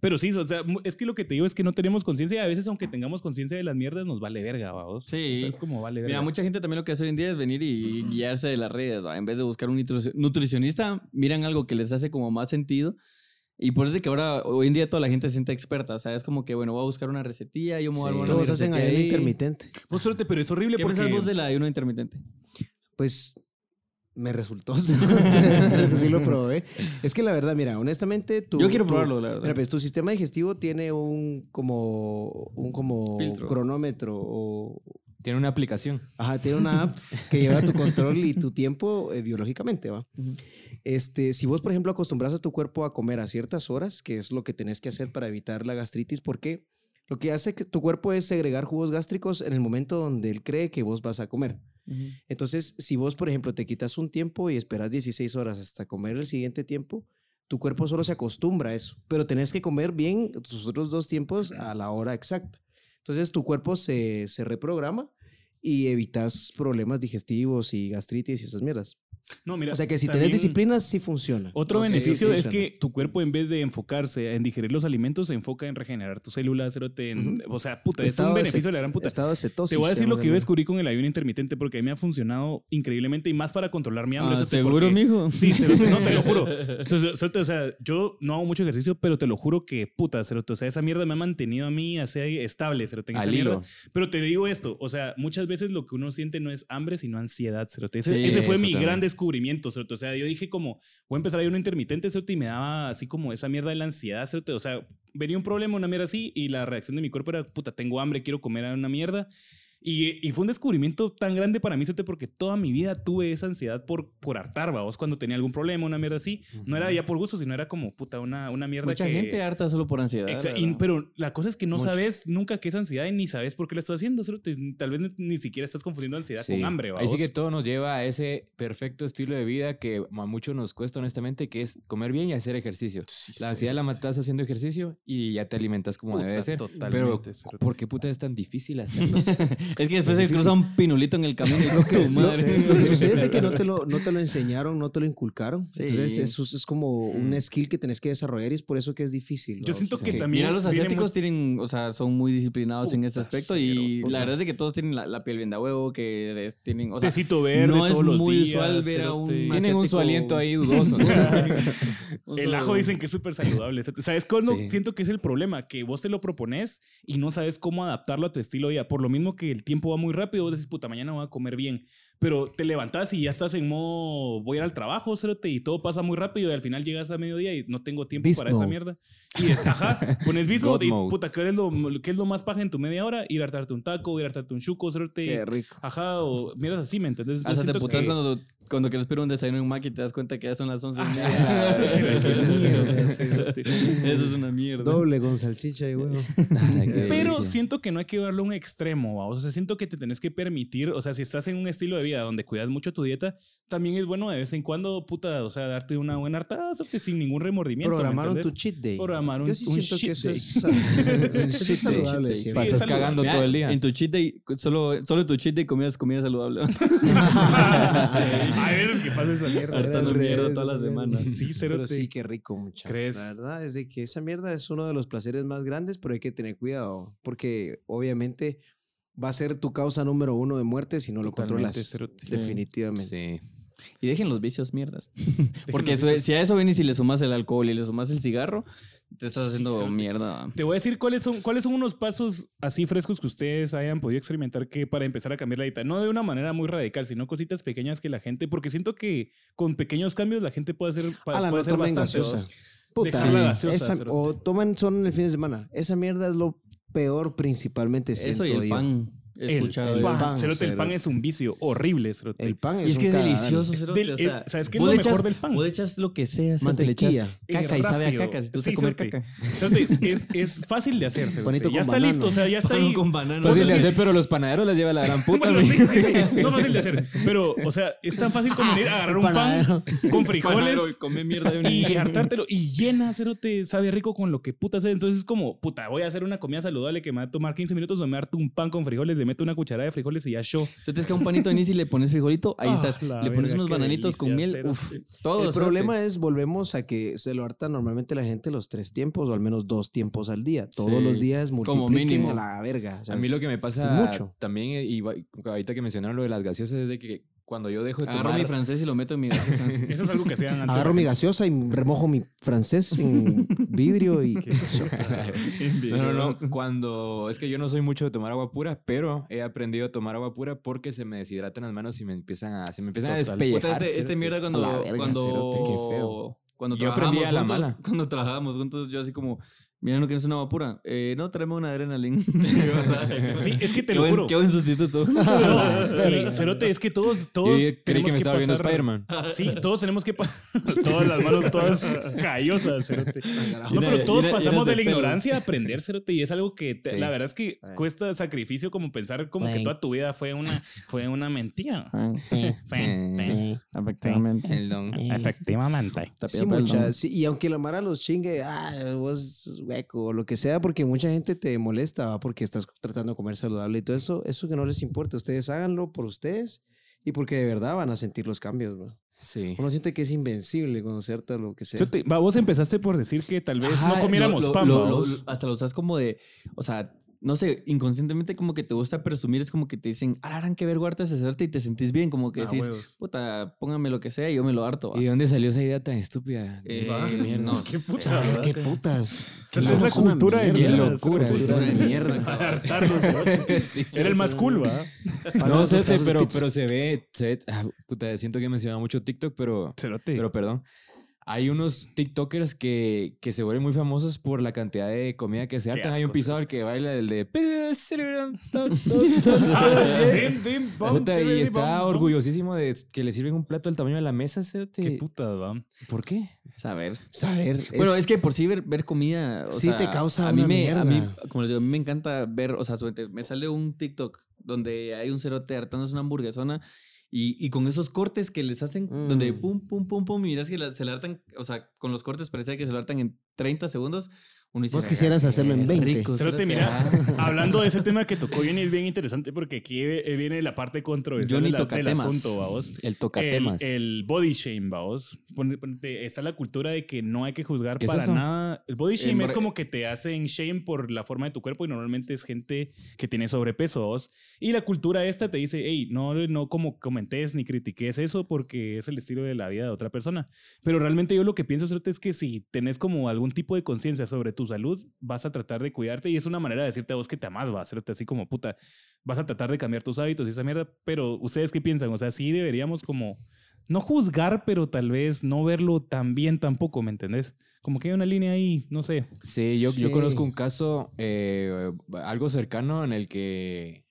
C: Pero sí, o sea, mu- es que lo que te digo es que no tenemos conciencia y a veces aunque tengamos conciencia de las mierdas nos vale verga, vos.
D: Sí.
C: O sea, es como vale verga.
D: Mira, mucha gente también lo que hace hoy en día es venir y guiarse de las redes. ¿va? En vez de buscar un nutri- nutricionista, miran algo que les hace como más sentido. Y por eso es de que ahora, hoy en día, toda la gente se siente experta. O sea, es como que, bueno, voy a buscar una recetilla, yo me voy a
A: Sí.
D: armar una
B: Todos hacen
D: recetilla
B: ayuno
D: ahí.
B: intermitente.
C: Vos, suerte, pero es horrible
D: ¿Qué
C: porque
D: pensás vos del ayuno intermitente?
B: Pues me resultó. [LAUGHS] sí lo probé. Es que la verdad, mira, honestamente tú.
D: Yo quiero
B: tú-
D: probarlo, la verdad.
B: Mira, pues tu sistema digestivo tiene un como un como
D: Filtro.
B: cronómetro o
A: Tiene una aplicación.
B: ajá, tiene una app que lleva tu control y tu tiempo eh, biológicamente, ¿va? Este, si vos por ejemplo acostumbras a tu cuerpo a comer a ciertas horas, que es lo que tenés que hacer para evitar la gastritis, porque lo que hace que tu cuerpo es segregar jugos gástricos en el momento donde él cree que vos vas a comer. Entonces, si vos, por ejemplo, te quitas un tiempo y esperas 16 horas hasta comer el siguiente tiempo, tu cuerpo solo se acostumbra a eso, pero tenés que comer bien tus otros dos tiempos a la hora exacta. Entonces, tu cuerpo se, se reprograma y evitas problemas digestivos y gastritis y esas mierdas.
C: No, mira,
B: O sea que si
C: también-
B: tenés disciplina, sí funciona.
C: Otro
B: O sea, sí
C: beneficio es
B: funciona.
C: que tu cuerpo, en vez de enfocarse en digerir los alimentos, se enfoca en regenerar tus células, cerote, en- O sea, puta, es un
B: de
C: beneficio
B: ce-
C: de la gran puta.
B: Estado de cetosis.
C: Te voy a decir lo que yo
B: ves
C: descubrí con el ayuno intermitente porque a mí me ha funcionado increíblemente y más para controlar mi hambre.
D: Ah,
C: cerote,
D: ¿seguro,
C: pues, porque-
A: [LAUGHS]
D: mijo? [LAUGHS]
C: Sí, cerote, no, te lo juro. Entonces, cerote, o sea, yo no hago mucho ejercicio, pero te lo juro que puta, cerote, o sea, esa mierda me ha mantenido a mí así ahí estable, cerote, en esa
A: Al hilo.
C: mierda. Pero te digo esto, o sea, muchas veces lo que uno siente no es hambre, sino ansiedad, cerote. Ese,
D: Sí,
C: ese fue
A: eso
C: mi
A: también.
C: gran descubrimiento, cerote. O sea, yo dije como, voy a empezar ayuno intermitente, cerote, y me daba así como esa mierda de la ansiedad, cerote. O sea, venía un problema, una mierda así, y la reacción de mi cuerpo era, puta, tengo hambre, quiero comer una mierda. Y, y fue un descubrimiento tan grande para mí, Cerote, porque toda mi vida tuve esa ansiedad por, por hartar, vos cuando tenía algún problema, una mierda así. No era ya por gusto, sino era como, puta, una, una mierda
D: Mucha
C: que...
D: gente harta solo por ansiedad.
C: Exa-
D: ¿verdad?
C: y- pues, pero la cosa es que no
D: Mucho.
C: sabes nunca qué es ansiedad y ni sabes por qué la estás haciendo. cerote. Tal vez ni- ni siquiera estás confundiendo ansiedad
A: Sí.
C: con hambre.
A: Ahí sí
C: vaos.
A: que todo nos lleva a ese perfecto estilo de vida que a muchos nos cuesta honestamente, que es comer bien y hacer ejercicio. la ansiedad la matas haciendo ejercicio y ya te alimentas como debe de ser. Pero,
C: totalmente, cerote.
A: ¿por qué puta es tan difícil hacerlo?
D: Es que después se cruza un pinulito en el
C: [LAUGHS]
D: camino y digo, tu
B: Sí,
D: madre.
B: Lo que
D: [LAUGHS]
B: sucede es que no te [LAUGHS] lo, no te lo enseñaron, no te lo inculcaron.
D: Sí.
B: Entonces, eso es es como un skill que tenés que desarrollar y es por eso que es difícil.
C: Yo
B: ¿no?
C: siento que
B: Sí.
C: también.
D: Mira, los
C: viene
D: asiáticos tienen, o sea, son muy disciplinados en
C: Puta,
D: ese aspecto
C: cero,
D: y
C: puta.
D: la verdad es que todos tienen la, la piel bien de huevo, que es- tienen, o
C: mucho
D: sea,
C: tecito verde
D: no es
C: todos los
D: muy
C: días,
D: usual ver a un
C: cerote.
A: Tienen un su
D: asiático-
A: aliento ahí dudoso.
C: [LAUGHS]
D: o
C: El
D: sea,
C: ajo dicen que es súper saludable. cerote. ¿Sabes cuándo
A: Sí.
C: siento que es el problema? Que vos te lo propones y no sabes cómo adaptarlo a tu estilo de vida. Por lo mismo que el tiempo va muy rápido, vos decís, puta, mañana voy a comer bien. Pero te levantás y ya estás en modo, voy a ir al trabajo, cerote, y todo pasa muy rápido. Y al final llegas a mediodía y no tengo tiempo
B: Beast
C: para esa
B: mode.
C: mierda. Y es, ajá, pones bismo
A: God
C: y
A: mode.
C: puta, ¿qué es, lo, qué es lo más paja en tu media hora? Ir a hartarte un taco, ir a hartarte un chuco, cerote.
B: Qué rico.
C: Ajá, o miras así, ¿me entiendes? Yo
D: Hasta te
C: siento
D: putas
C: que- Ah,
D: cuando, cuando quieres pedir un desayuno en Mac y te das cuenta que ya son las 11 y media.
C: [LAUGHS]
D: Eso es una mierda.
B: Doble con salchicha [LAUGHS] y huevo.
C: Pero siento que no hay que llevarlo a un extremo, ¿va? o sea, siento que te tenés que permitir, o sea, si estás en un estilo de vida donde cuidas mucho tu dieta, también es bueno de vez en cuando, puta, o sea, darte una buena hartada, o sea, que sin ningún remordimiento. ¿me
B: Programaron tu
C: entendés?
B: cheat day.
C: Programar un-
B: Yo sí
C: un
B: siento que
C: cheat
B: eso
C: day. [LAUGHS]
B: es sal- un cheat saludable. siempre.
D: Sí,
C: es
A: "Este, Pasas
C: saludable.
A: cagando
D: Mira,
A: todo el día.
D: En tu cheat day, solo, solo en tu cheat day comías comida saludable.
C: [LAUGHS] [LAUGHS] Hay veces que pasa esa mierda.
B: Era al
D: Hartando mierda
B: revés,
D: toda la
B: esa
D: semana.
B: mierda.
C: Sí,
B: Pero
C: cerote.
B: sí, qué rico, muchachos.
C: ¿Crees?
B: La verdad es de que esa mierda es uno de los placeres más grandes, pero hay que tener cuidado, porque obviamente va a ser tu causa número uno de muerte si no lo
C: Totalmente,
B: controlas.
C: cerote.
B: Definitivamente.
A: Sí.
D: Y dejen los vicios
C: [LAUGHS]
D: mierdas. [LAUGHS]
C: los
D: Porque eso-
C: vicios.
D: si a eso vienes y le sumas el alcohol y le sumas el cigarro, te estás
C: Sí,
D: haciendo
C: cerote.
D: mierda.
C: Te voy a decir cuáles son, cuáles son unos pasos así frescos que ustedes hayan podido experimentar que para empezar a cambiar la dieta. No de una manera muy radical, sino cositas pequeñas que la gente, porque siento que con pequeños cambios la gente puede hacer, pa-
B: A la
C: puede
B: no
C: hacer
B: tomen
C: bastante,
B: gaseosa.
C: ¿vos?
B: Puta,
C: Dejar la gaseosa,
B: esa-
C: cerote.
B: o toman son el fin de semana. Esa mierda es lo peor principalmente. Siento
D: Eso y el
B: yo.
D: pan. He
C: El,
D: escuchado
C: el
D: yo.
C: pan,
B: pan,
C: cerote, el
B: cerote.
C: pan es un vicio horrible. cerote.
B: El pan es
D: Y es
B: un
D: que es
B: cadáver.
D: delicioso, cerote,
C: del-
D: o sea,
C: el- ¿sabes qué es
D: vos
C: lo
D: echas-
C: mejor del pan?
D: Vos echas lo que sea, cerote, le echas
B: Mantequilla.
C: Es
D: caca y sabe a
C: rápido.
D: caca. Si tú
C: Sí,
D: sabes comer
C: cerote.
D: caca.
C: Cerote, es- es, es fácil de hacer, cerote.
B: Panito
C: Ya
B: con
C: está
B: banano.
C: listo, o sea, ya está
D: Pan
C: ahí.
D: con banano.
C: Vos
A: Fácil de
C: decís,
A: hacer, pero los panaderos les lleva la gran puta.
C: [LAUGHS] Bueno,
A: güey.
C: sí, sí, sí. No fácil de hacer. Pero, o sea, es tan
D: [LAUGHS]
C: fácil como venir a agarrar un pan con frijoles
D: Panadero y come mierda de un
C: y
D: niño.
C: hartártelo. Y llena, cerote, sabe rico con lo que puta sea. Entonces es como, puta, voy a hacer una comida saludable que me va a tomar 15 minutos o me harto un pan con frijoles, le meto una cucharada de frijoles y ya yo.
D: Si te queda un panito de anís y le pones frijolito, ahí
C: Ah,
D: estás.
C: la
D: Le pones
C: verga,
D: unos
C: qué
D: bananitos con
C: delicia,
D: miel. Uf,
C: cerote.
D: todo.
B: El
D: cerote.
B: problema es, volvemos a que se lo harta normalmente la gente los tres tiempos o al menos dos tiempos al día. Todos
D: Sí.
B: los días
D: Como
B: multipliquen
D: mínimo.
B: a la verga. O sea,
A: A mí
B: es-
A: lo que me pasa
B: mucho.
A: también, eh, y va- ahorita que mencionaron lo de las gaseosas, es de que cuando yo dejo de
D: Agarro mi
A: tomar...
D: francés y lo meto en mi gaseosa.
C: [LAUGHS] Eso es algo que hacían antes.
B: Agarro mi gaseosa y remojo mi francés
D: [LAUGHS]
B: en vidrio y
A: [LAUGHS] No, no, no. Cuando... Es que yo no soy mucho de tomar agua pura, pero he aprendido a tomar agua pura porque se me deshidratan las manos y me empiezan a... Se me empiezan a
C: Total.
A: despellejar.
D: Puta, este, este
A: cerote.
D: mierda cuando.
A: A la verga,
D: cuando
A: cerote, qué feo.
D: Cuando
A: Yo aprendí
D: trabajábamos
A: a la
D: juntos,
A: mala.
D: Cuando trabajábamos juntos, yo así como, mira, no quieres una vapura. Eh, no, tráeme una [LAUGHS] adrenalina. sí,
C: Sí, es que te
D: qué
C: lo
D: buen,
C: juro.
D: Qué buen [LAUGHS] sustituto.
C: No, y, Cerote, es que todos,
A: Yo
C: todos
A: creí que
C: tenemos
A: me estaba viendo
C: pasar-
A: Spider-Man.
C: Sí, todos tenemos que pasar. Todas las manos, todas callosas, Cerote. No,
D: Llena
C: pero
D: de-
C: todos
D: llena-
C: pasamos
D: llenas de
C: de la
D: pelos.
C: ignorancia a aprender, Cerote. Y es algo que te-
A: Sí.
C: la verdad es que cuesta sacrificio como pensar como que
B: Güey.
C: toda tu vida fue una, fue una mentira.
B: eh,
C: Sí, sí.
D: Efectivamente.
A: El don.
C: Efectivamente.
B: Sí, mucha, sí, y aunque la mara los chingue, ah, vos hueco, o lo que sea, porque mucha gente te molesta, ¿va? porque estás tratando de comer saludable y todo eso, eso que no les importa, ustedes háganlo por ustedes y porque de verdad van a sentir los cambios. ¿va?
A: Sí.
B: Uno siente que es invencible cuando se harta lo que sea.
C: Cerote, va, vos empezaste por decir que tal vez
D: Ajá,
C: no comiéramos
D: lo- lo-
C: pan.
D: lo-
C: va,
D: lo-
C: vos.
D: lo- hasta lo usas como de, o sea, no sé, inconscientemente como que te gusta presumir, es como que te dicen, ah, harán que ver guarda ese suerte y te sentís bien, como que
C: Ah,
D: decís,
C: huevos.
D: puta, póngame lo que sea y yo me lo harto. va".
A: ¿Y de dónde salió esa idea tan
D: [LAUGHS]
A: estúpida? De-
D: Eh,
A: de mierda.
D: no
C: [LAUGHS] Qué
D: sé,
C: puta,
D: ¿verdad?
B: qué putas.
C: Esa es
B: Somos
C: la
B: una
C: cultura de
B: mierda,
A: mierda,
B: es una
A: locura,
B: cultura de mierda.
C: Para hartarlos, Cerote. Era el más cool, ¿va?
B: Pasan
A: No,
B: los
A: Cete,
B: pedazos de
A: pero,
B: pizza.
A: pero se ve, se ve- ah, puta, siento que he mencionado mucho TikTok, pero,
C: Cerote.
A: pero perdón. Hay unos TikTokers que, que se vuelven muy famosos por la cantidad de comida que se hartan. Hay un
C: asco,
A: pisador que baila el de.
D: [LAUGHS]
C: Tin, tin, pam,
A: Puta, y
C: tin, tin, pam,
A: está
C: pam.
A: orgullosísimo de que le sirven un plato del tamaño de la mesa. cerote.
C: Qué putas, va.
A: ¿Por qué?
D: Saber.
B: Saber.
D: Bueno, es que por sí ver, ver comida. o
B: Sí
D: sea,
B: te causa
D: a mí
B: una
D: me, a mí,
B: mierda.
D: como les digo, a mí me encanta ver, o sea, suerte, me sale un TikTok donde hay un cerote hartándose una hamburguesona y, y con esos cortes que les hacen,
B: Mm.
D: donde pum, pum, pum, pum, y miras que la- se la hartan, o sea, con los cortes parecía que se la hartan en 30 segundos. Uno dice,
B: Vos quisieras hacerlo en 20.
D: Rico,
C: Cerote,
D: cerote,
C: mira,
D: ah.
C: hablando
A: [LAUGHS]
C: de ese tema que tocó bien, es bien interesante porque aquí eh, viene la parte controversial
D: Johnny
C: de la- del
D: Tocatemas.
C: asunto, vamos.
A: El
C: El,
A: tocatemas.
C: el body shame, vamos. Pon- ponte, Está la cultura de que no hay que juzgar
A: ¿Qué es
C: para
A: eso?
C: nada. El body shame
D: Embar-
C: es como que te hacen shame por la forma de tu cuerpo y normalmente es gente que tiene sobrepeso, vamos. Y la cultura esta te dice, hey, no, no como comentes ni critiques eso porque es el estilo de la vida de otra persona. Pero realmente yo lo que pienso cerote, es que si tenés como algún tipo de conciencia sobre tu salud, vas a tratar de cuidarte y es una manera de decirte a vos que te amás, va a hacerte así como puta, vas a tratar de cambiar tus hábitos y esa mierda, pero ustedes qué piensan, o sea, sí deberíamos como no juzgar, pero tal vez no verlo tan bien tampoco, ¿me entendés? Como que hay una línea ahí, no sé.
A: Sí, yo, yo
B: Sí.
A: conozco un caso eh, algo cercano en el que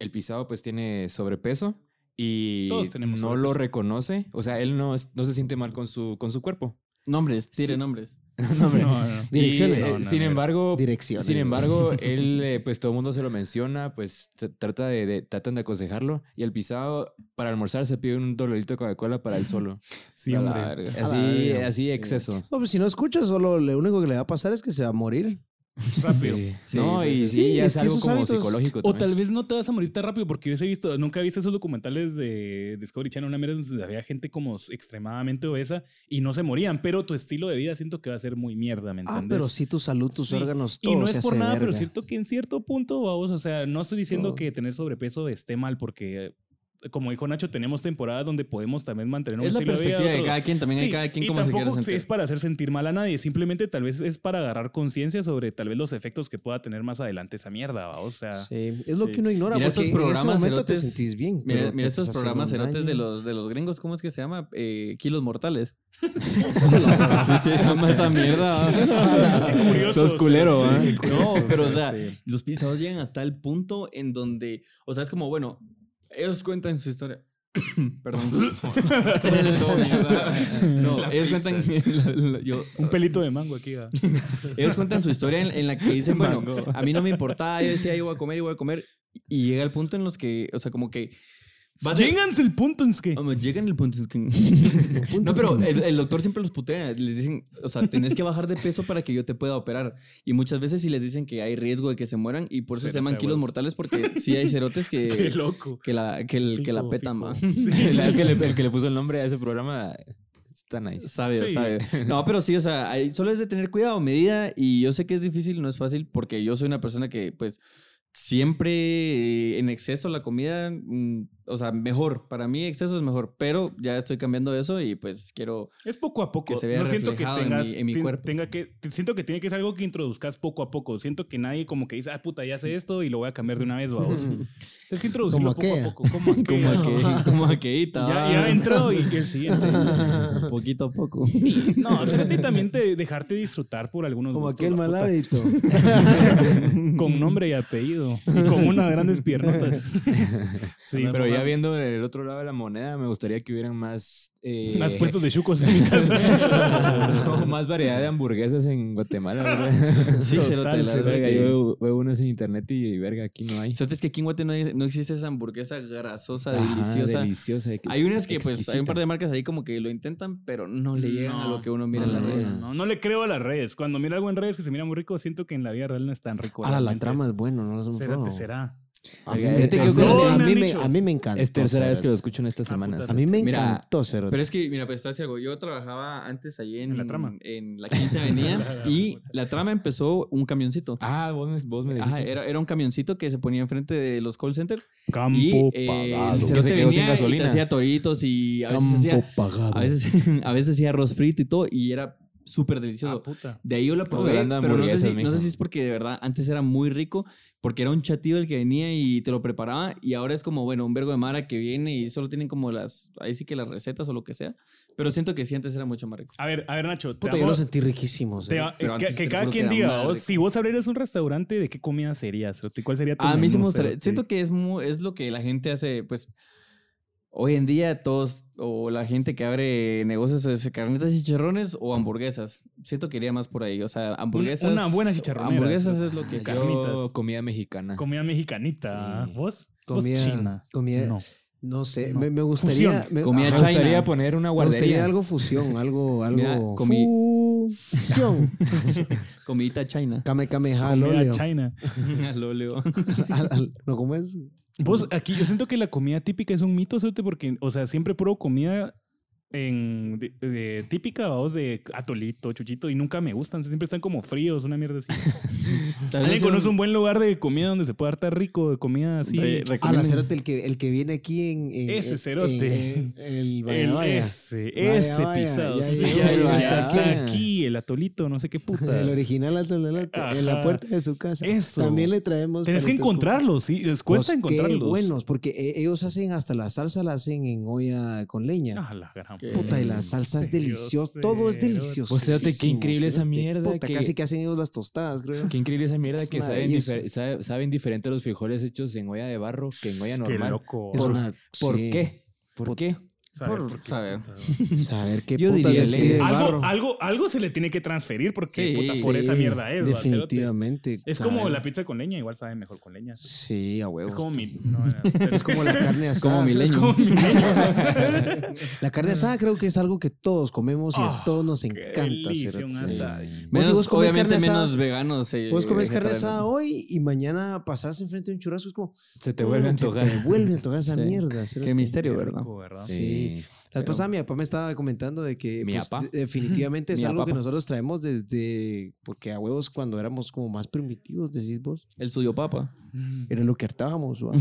A: el pisado pues tiene sobrepeso y no
C: Todos tenemos
A: lo
C: sobrepeso.
A: reconoce. O sea, él no, es- no se siente mal con su, con su cuerpo.
D: Nombres, tire
A: Sí.
D: nombres.
A: No, hombre.
C: No, no.
A: Y,
B: Direcciones.
A: eh,
C: No, no,
A: sin
C: no.
A: embargo,
B: Direcciones.
A: sin embargo, él, eh, pues todo el mundo se lo menciona, pues t- trata de, de- tratan de aconsejarlo y el pisado para almorzar se pide un dolerito de Coca-Cola para él solo.
C: Sí,
A: A la
C: hombre.
A: verga.
B: A la
A: Así,
B: verga.
A: así exceso.
B: No, pues si no escuchas, solo lo único que le va a pasar es que se va a morir.
C: Rápido.
D: Sí,
A: no, y
D: pues,
A: sí,
B: sí,
A: ya
B: es
A: es,
B: que
A: algo
B: esos
A: como
B: hábitos-
A: psicológico.
C: O
A: también.
C: tal vez no te vas a morir tan rápido, porque yo he visto, nunca he visto esos documentales de Discovery Channel, una mierda donde había gente como extremadamente obesa y no se morían, pero tu estilo de vida siento que va a ser muy mierda, ¿me
B: Ah,
C: entiendes?
B: pero sí tu salud, tus
C: Sí.
B: órganos, todo
C: y no
B: se
C: es por
B: hace
C: nada, pero
B: verga.
C: es cierto que en cierto punto, vamos, o sea, no estoy diciendo
B: Todo.
C: que tener sobrepeso esté mal, porque eh, como dijo Nacho, tenemos temporadas donde podemos también mantener un
D: Es la
C: estilo de vida
D: perspectiva de
C: otros-
D: cada quien, también hay
C: Sí,
D: cada quien
C: y
D: como se quiera
C: tampoco
D: sentir.
C: es para hacer sentir mal a nadie, simplemente tal vez es para agarrar conciencia sobre tal vez los efectos que pueda tener más adelante esa mierda, ¿va? o sea,
B: Sí, es lo
D: Sí. [LAUGHS]
B: que uno ignora
D: Mira
B: porque
D: estos programas
B: en ese momento te
D: cerotes.
B: sentís bien.
D: Mira,
B: pero
D: mira
B: te
D: estos
B: estás haciendo
D: programas
B: un
D: cerotes de
B: daño.
D: los, de los gringos, ¿cómo es que se llama? Eh,
B: [LAUGHS]
D: kilos mortales. Así [LAUGHS] se llama esa mierda.
C: [LAUGHS]
D: ¿va?
C: Qué curioso,
D: Sos culero,
C: o sea,
D: ¿va?
C: qué curioso,
D: No, pero o sea,
C: cerote.
D: los pisados llegan a tal punto en donde, o sea, es como, bueno, ellos cuentan su historia. [COUGHS] Perdón. [LAUGHS] Todo mierda. no, ellos cuentan. [LAUGHS] la- la- yo,
C: un pelito de mango aquí, ¿va?
D: ellos cuentan su historia en, en la que dicen, bueno, a mí no me importaba, yo decía, yo voy a comer, yo voy a comer. Y llega el punto en los que, o sea, como que... va de-
C: Lléganse el punto en que.
D: Hombre, Llegan el [LAUGHS] punto... es que- no, pero el, el doctor siempre los putea. Les dicen, o sea, tenés que bajar de peso para que yo te pueda operar. Y muchas veces sí les dicen que hay riesgo de que se mueran y por eso se
C: Cerote,
D: llaman kilos
C: huevos.
D: mortales porque sí hay cerotes
C: Qué
D: [LAUGHS] que...
C: loco.
D: Que la, que, el, que la
C: Fijo,
D: peta,
C: fijo.
D: [LAUGHS] ma.
A: La vez que le- [LAUGHS] el que le puso el nombre a ese programa está nice.
D: Sabe,
C: Sí.
D: sabe. [LAUGHS] No, pero sí, o sea, hay- solo es de tener cuidado, medida. Y yo sé que es difícil, no es fácil, porque yo soy una persona que, pues, siempre eh, en exceso la comida, mm, o sea, mejor. Para mí, exceso es mejor, pero ya estoy cambiando eso y, pues, quiero.
C: Es poco a poco.
D: Que se vea
C: no siento que
D: reflejado en
C: tengas.
D: mi- en mi
C: ten-
D: cuerpo.
C: Tenga que, te- siento que tiene que ser algo que introduzcas poco a poco. Siento que nadie como que dice, ah, puta, ya sé esto y lo voy a cambiar de una vez o a
D: [LAUGHS]
C: vos. Es que introducirlo
B: Como
C: poco a
B: aquella.
C: poco. Como
D: Como
C: aquella. [LAUGHS]
D: aquel- como aquellita,
C: Ya,
D: va.
C: ya entró y, y el siguiente.
D: [LAUGHS] Poquito a poco.
C: No, hacerte también te, dejarte disfrutar por algunos
B: Como
C: gustos,
B: aquel
C: la
B: mal
C: puta.
B: hábito.
D: [LAUGHS]
C: Con nombre y apellido. Y con unas grandes piernotas. Sí,
A: pero ya
C: mamá.
A: viendo el otro lado de la moneda, me gustaría que hubieran más. eh,
C: Más puestos de chucos en mi casa.
A: no, [LAUGHS] más variedad de hamburguesas en Guatemala. ¿verdad?
D: [LAUGHS] Sí,
C: Total,
D: cerote, la
C: cerote.
D: verga,
A: Verga,
D: yo-
A: yo veo unas en internet y verga, aquí no hay.
D: Cerote, es que aquí en Guate no, hay- no existe esa hamburguesa grasosa,
A: Ajá,
D: deliciosa.
A: deliciosa, ex-
D: hay unas que, pues, hay un par
A: exquisita.
D: de marcas ahí como que lo intentan, pero no le llegan a
C: No,
D: lo que uno mira en
A: no,
D: las
A: no,
D: redes.
C: No, no le creo a las redes. Cuando miro algo en redes que se mira muy rico, siento que en la vida real no es tan
D: Ah,
C: rico.
B: Ahora la
C: realmente.
B: trama es buena, no es un
C: Será,
B: juego.
C: te será.
B: A mí
A: Oiga,
B: me
A: este que
B: encantó,
C: yo-
B: a mí
C: me han
B: me-
C: dicho.
B: a mí me encanta.
A: Es tercera vez que lo escucho en estas
C: Ah,
A: semanas.
C: puta,
B: A mí me
D: Mira,
B: encantó, cerote.
D: Pero es que, mira, pues te voy a decir algo. Yo trabajaba antes ahí en,
C: En la trama.
D: En la 15 Avenida y la trama empezó un camioncito.
A: Ah, vos me, vos me dijiste.
D: Ajá, era, era un camioncito que se ponía enfrente de los call center
C: Campo
D: y eh, el
A: Que se quedó
D: cerote
A: sin
D: venía y te
A: gasolina.
D: hacía toritos y a veces [LAUGHS] hacía,
B: pagado.
D: a veces, a veces hacía arroz frito y todo y era súper delicioso.
C: Ah, puta.
D: De ahí yo la
A: Estamos
D: probé,
A: hablando de
D: pero no sé,
A: hamburguesas,
D: si, no sé
A: mijo.
D: si es porque de verdad antes era muy rico, porque era un chatillo el que venía y te lo preparaba, y ahora es como, bueno, un vergo de mara que viene y solo tienen como las, ahí sí que las recetas o lo que sea, pero siento que sí antes era mucho más rico.
C: A ver, a ver, Nacho. te
B: Puta, yo
C: vamos-
B: lo sentí riquísimo. o sea.
C: te va-
D: pero
C: eh,
D: antes
C: que, que
D: te
C: cada
D: juro que
C: quien
D: era
C: diga,
D: madre.
C: vos, si vos abrieras un restaurante, ¿de qué comida serías? Cerote? ¿Cuál sería tu
D: Ah, A mí sí me
C: menú,
D: gustaría,
C: cerote?
D: siento que es, muy, es lo que la gente hace, pues, hoy en día todos, o la gente que abre negocios es carnetas y chicharrones o hamburguesas, siento que iría más por ahí, o sea, hamburguesas.
C: una buena chicharronera,
D: Hamburguesas
C: cerote.
D: es lo que...
C: Ah, carnitas.
A: Yo, comida mexicana.
C: Comida mexicanita. ¿ah?
B: Sí.
C: ¿Vos? ¿Vos
B: Comida-
C: pues china?
B: comida-
C: No.
B: No sé,
C: No.
B: me, me gustaría.
C: Fusión.
B: Me,
D: Comida
A: me
B: ajá,
D: china.
A: gustaría poner una
B: me gustaría
A: guardería.
B: algo fusión, algo. algo
D: Mira, comí-
B: Fusión. [LAUGHS]
D: Comidita china.
B: Kame Kame ha,
C: Comida
B: loleo.
C: china.
D: Al óleo.
B: [LAUGHS] Al- al- ¿No cómo es?
C: Vos, aquí yo siento que la comida típica es un mito, cerote, porque, o sea, siempre pruebo comida en, de, de- típica, vamos, de atolito, chuchito, y nunca me gustan. Siempre están como fríos, una mierda así.
B: [LAUGHS]
D: Tal vez
C: ¿Alguien
D: un-
C: conoce un buen lugar de comida donde se pueda hartar rico, de comida así?
B: Ah,
D: Re-
B: la
D: recomiendo-
B: cerote, el que, el que viene aquí en. en-
C: Ese
B: en-
C: cerote.
B: en- en- el vaya,
C: El
B: vaya.
C: ese,
B: Vaya,
C: ese
B: vaya,
C: pisado.
B: ya
C: sí,
B: llegó,
C: el
B: ya
C: vaya,
B: está
C: está
B: aquí.
C: aquí, el atolito, no sé qué puta.
B: [LAUGHS] El original hasta el delante, en
C: Ajá.
B: la puerta de su casa.
C: Eso.
B: También le traemos.
C: Tenés que
B: palitos con-
C: encontrarlos, sí, les cuesta
B: Pues, qué
C: encontrarlos.
B: buenos, porque e- ellos hacen hasta la salsa, la hacen en olla con leña.
C: Ah, la gran
D: Qué
C: puta.
B: Puta, y la salsa es deliciosa. Todo es delicioso.
A: Pues, fíjate qué increíble esa mierda que-
B: Casi que hacen ellos las tostadas, creo.
A: Qué increíble esa mierda
B: Es
A: que
B: una
A: saben,
B: belleza.
A: difer- sabe- saben diferente los frijoles hechos en olla de barro que en olla
C: Qué
A: normal.
C: loco.
B: Es una-
A: ¿Por
B: sí.
A: qué? ¿Por qué?
C: Saber
D: por
C: por qué,
D: saber.
C: puta.
B: Saber qué
A: [LAUGHS] Yo
B: putas
A: diría,
B: les pide
A: Leo.
B: el
C: Algo,
B: barro.
C: algo, algo se le tiene que transferir porque
D: Sí,
C: puta, por
B: Sí,
C: esa mierda es. va, cerote.
B: Definitivamente.
C: Es como
B: saber.
C: la pizza con leña, igual sabe mejor con leña. Es
B: Sí, a huevos.
C: como mi.
B: [LAUGHS]
C: no, no, [LAUGHS] es
B: como la carne asada.
D: [LAUGHS] Como Ah. milenio.
C: como
B: [LAUGHS]
C: mi
B: La carne asada creo que es algo que todos comemos y
C: Ah,
B: a todos nos
C: qué
B: encanta
C: delicia,
B: hacer.
C: un
B: Sí.
C: asado.
B: Vos, si
D: Menos,
B: vos comes
D: obviamente
B: carne asada-
D: menos veganos. eh,
B: Vos comes carne
D: vegetarianos.
B: asada hoy y mañana pasás enfrente de un churrasco. Es como.
A: Se te vuelve a
B: mm, se
A: antojar.
B: Te vuelve a antojar esa
D: [LAUGHS] Sí.
B: mierda. ¿sí?
D: Qué misterio, ¿verdad?
C: rico, ¿verdad?
B: Sí. Las pasadas mi papá me estaba comentando de que
A: Mi
B: pues,
A: apá.
B: de-
D: [LAUGHS]
B: definitivamente es
D: Mi
B: algo que
D: apapa.
B: nosotros traemos desde porque a huevos cuando éramos como más primitivos, decís vos,
D: El suyo papa.
B: era lo que hartábamos ¿va?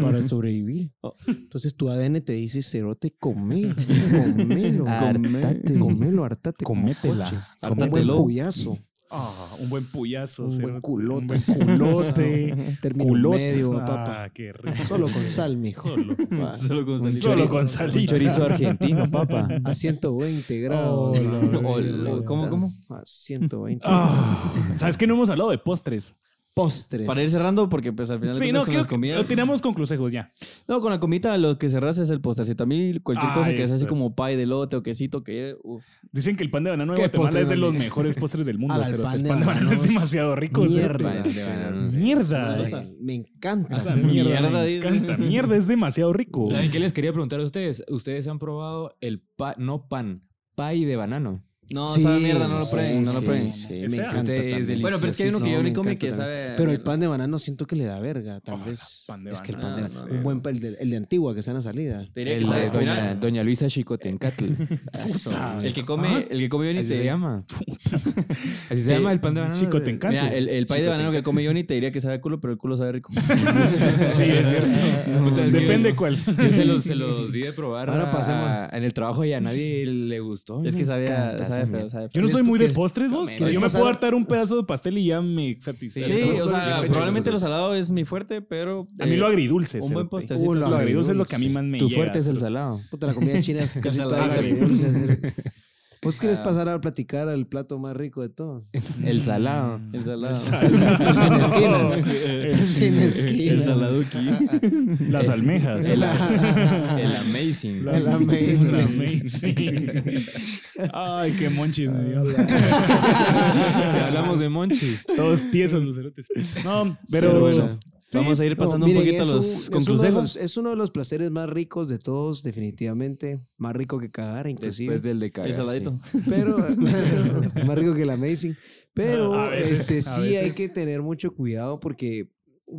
B: para sobrevivir. Entonces tu ADN te dice cerote, come, comelo, hartate, comelo, hartate, como
C: Cométela,
B: coche, como un buen
C: comételo.
B: puyazo,
C: Ah, un buen puyazo.
B: un buen
C: cerote,
B: culote,
C: Un buen culote.
B: término
C: culote.
B: medio, papá.
C: Ah, qué rico.
B: Solo con sal, mijo.
C: Solo.
B: Va.
D: [LAUGHS] Solo con
B: Un
C: Solo
B: chorizo-
C: con
A: Un
C: salita.
A: chorizo argentino, papa.
B: A 120 grados. [LAUGHS]
C: Oh, la
B: ¿no?
D: verga.
B: Puta.
D: ¿Cómo, cómo?
B: A 120.
C: Ah, ¿Sabes que no hemos hablado de postres?
B: Postres.
D: Para ir cerrando, porque pues al final de
C: Sí,
D: cuentas
C: no,
D: con
C: creo
D: las
C: que
D: comidas-
C: lo tiramos con consejos ya.
D: No, con la comida lo que cerras es el postrecito. A mí cualquier
C: Ah,
D: cosa que es
C: eso
D: así
C: es.
D: como pay de lote o quesito que... uf.
C: Dicen que el pan de banano de
D: ¿Qué
C: Guatemala
D: postre,
C: es de los
D: Dani?
C: mejores postres del mundo.
B: Ah, el
C: cerote.
B: pan
C: el
B: de
C: pan de banano es
B: banano es
C: demasiado rico. cerote.
B: Mierda.
A: Pan de
B: cerote.
A: banano.
C: ¿eh? Mierda.
B: Ay, Me encanta.
C: Esa
B: cerote.
C: mierda,
D: Mierda,
C: me
D: dice.
C: encanta. Mierda es demasiado rico.
A: ¿Saben qué les quería preguntar a ustedes? ¿Ustedes han probado el pa no pan, pie de banano?
D: No,
B: Sí,
D: sabe a mierda, no lo
B: sí,
D: prueben, no lo
B: sí,
D: prueben.
B: sí,
C: Ese
B: me
C: es
B: encanta. también.
D: Bueno, pero es que hay uno que yo
B: me
D: ni come
B: encanta
D: que
B: también.
D: sabe a
B: Pero el
D: mierda.
B: pan de banano siento que le da verga, tal
C: Ojalá,
B: vez.
C: pan de
B: es que el pan
D: banano,
B: de
D: no,
B: Un
D: no.
B: buen pan, el de, el de Antigua que está en la salida.
D: Te diría que
A: El
D: sabe
A: de
D: a
A: doña,
D: final.
A: doña Luisa Chicotencatl. Eso.
D: El que come, el que come Johnny
A: Así se
D: te...
A: llama. Así se llama el pan de banano.
C: Chicotencatl.
D: Mira, el, el pay de banano que come Johnny te diría que sabe a culo, pero el culo
B: [LAUGHS]
D: sabe rico.
C: Sí, es cierto.
A: [LAUGHS] Puta,
C: Depende
A: es que-
C: cuál.
A: Yo se
D: [LAUGHS]
A: los, se los di de probar.
B: Ahora
A: a-
B: pasemos.
A: a- en el trabajo y a nadie le gustó.
D: es que
A: Me
D: sabe a...
A: encanta
D: Sabe
A: esa
D: feo,
A: mierda.
D: sabe
C: Yo no
D: feo.
C: soy muy de postres, vos.
A: ¿Quieres
C: Yo me
B: pasar?
C: puedo hartar un pedazo de pastel y ya me satisface.
D: Sí, o sea,
A: Satisfecho.
D: probablemente lo salado es mi fuerte, pero...
C: A mí
D: eh,
C: lo agridulce.
D: un
C: cerote.
D: buen postrecito.
B: Uh,
C: Lo agridulce es lo que a mí más me
A: Tu
C: llega,
A: fuerte es el
C: [LAUGHS] cerote.
A: salado.
B: Puta, la comida china
D: [LAUGHS]
B: es casi toda
C: Ándale.
B: agridulce, cerote. ¿Vos querés
D: Ah.
B: pasar a platicar al plato más rico de
D: [LAUGHS]
B: todos?
A: El salado.
D: El salado.
B: El sin esquinas.
C: El-
B: El [LAUGHS] sin
D: El
B: esquinas.
D: saladuki.
C: Las
A: [LAUGHS]
C: almejas.
A: El, el amazing. [LAUGHS]
C: La-
B: El amazing.
C: El amazing. Ay, qué monchis. me dio.
D: [LAUGHS]
A: si hablamos de monchis.
C: Todos tiesos los cerotes. No,
D: Pero
C: pero
D: bueno,
C: Sí,
D: vamos a
B: No,
D: ir pasando
B: miren,
D: un poquito
B: es
D: a los
B: un-
D: con
B: es uno de
D: consejos.
B: los- es uno de los placeres más ricos de todos, definitivamente. Más rico que cagar, inclusive.
A: Después del de cagar.
D: Pues El saladito.
A: sí.
C: [LAUGHS]
B: Pero [LAUGHS] más rico que el Amazing. Pero
C: A veces,
B: este
C: a
B: sí hay
C: veces.
B: que tener mucho cuidado porque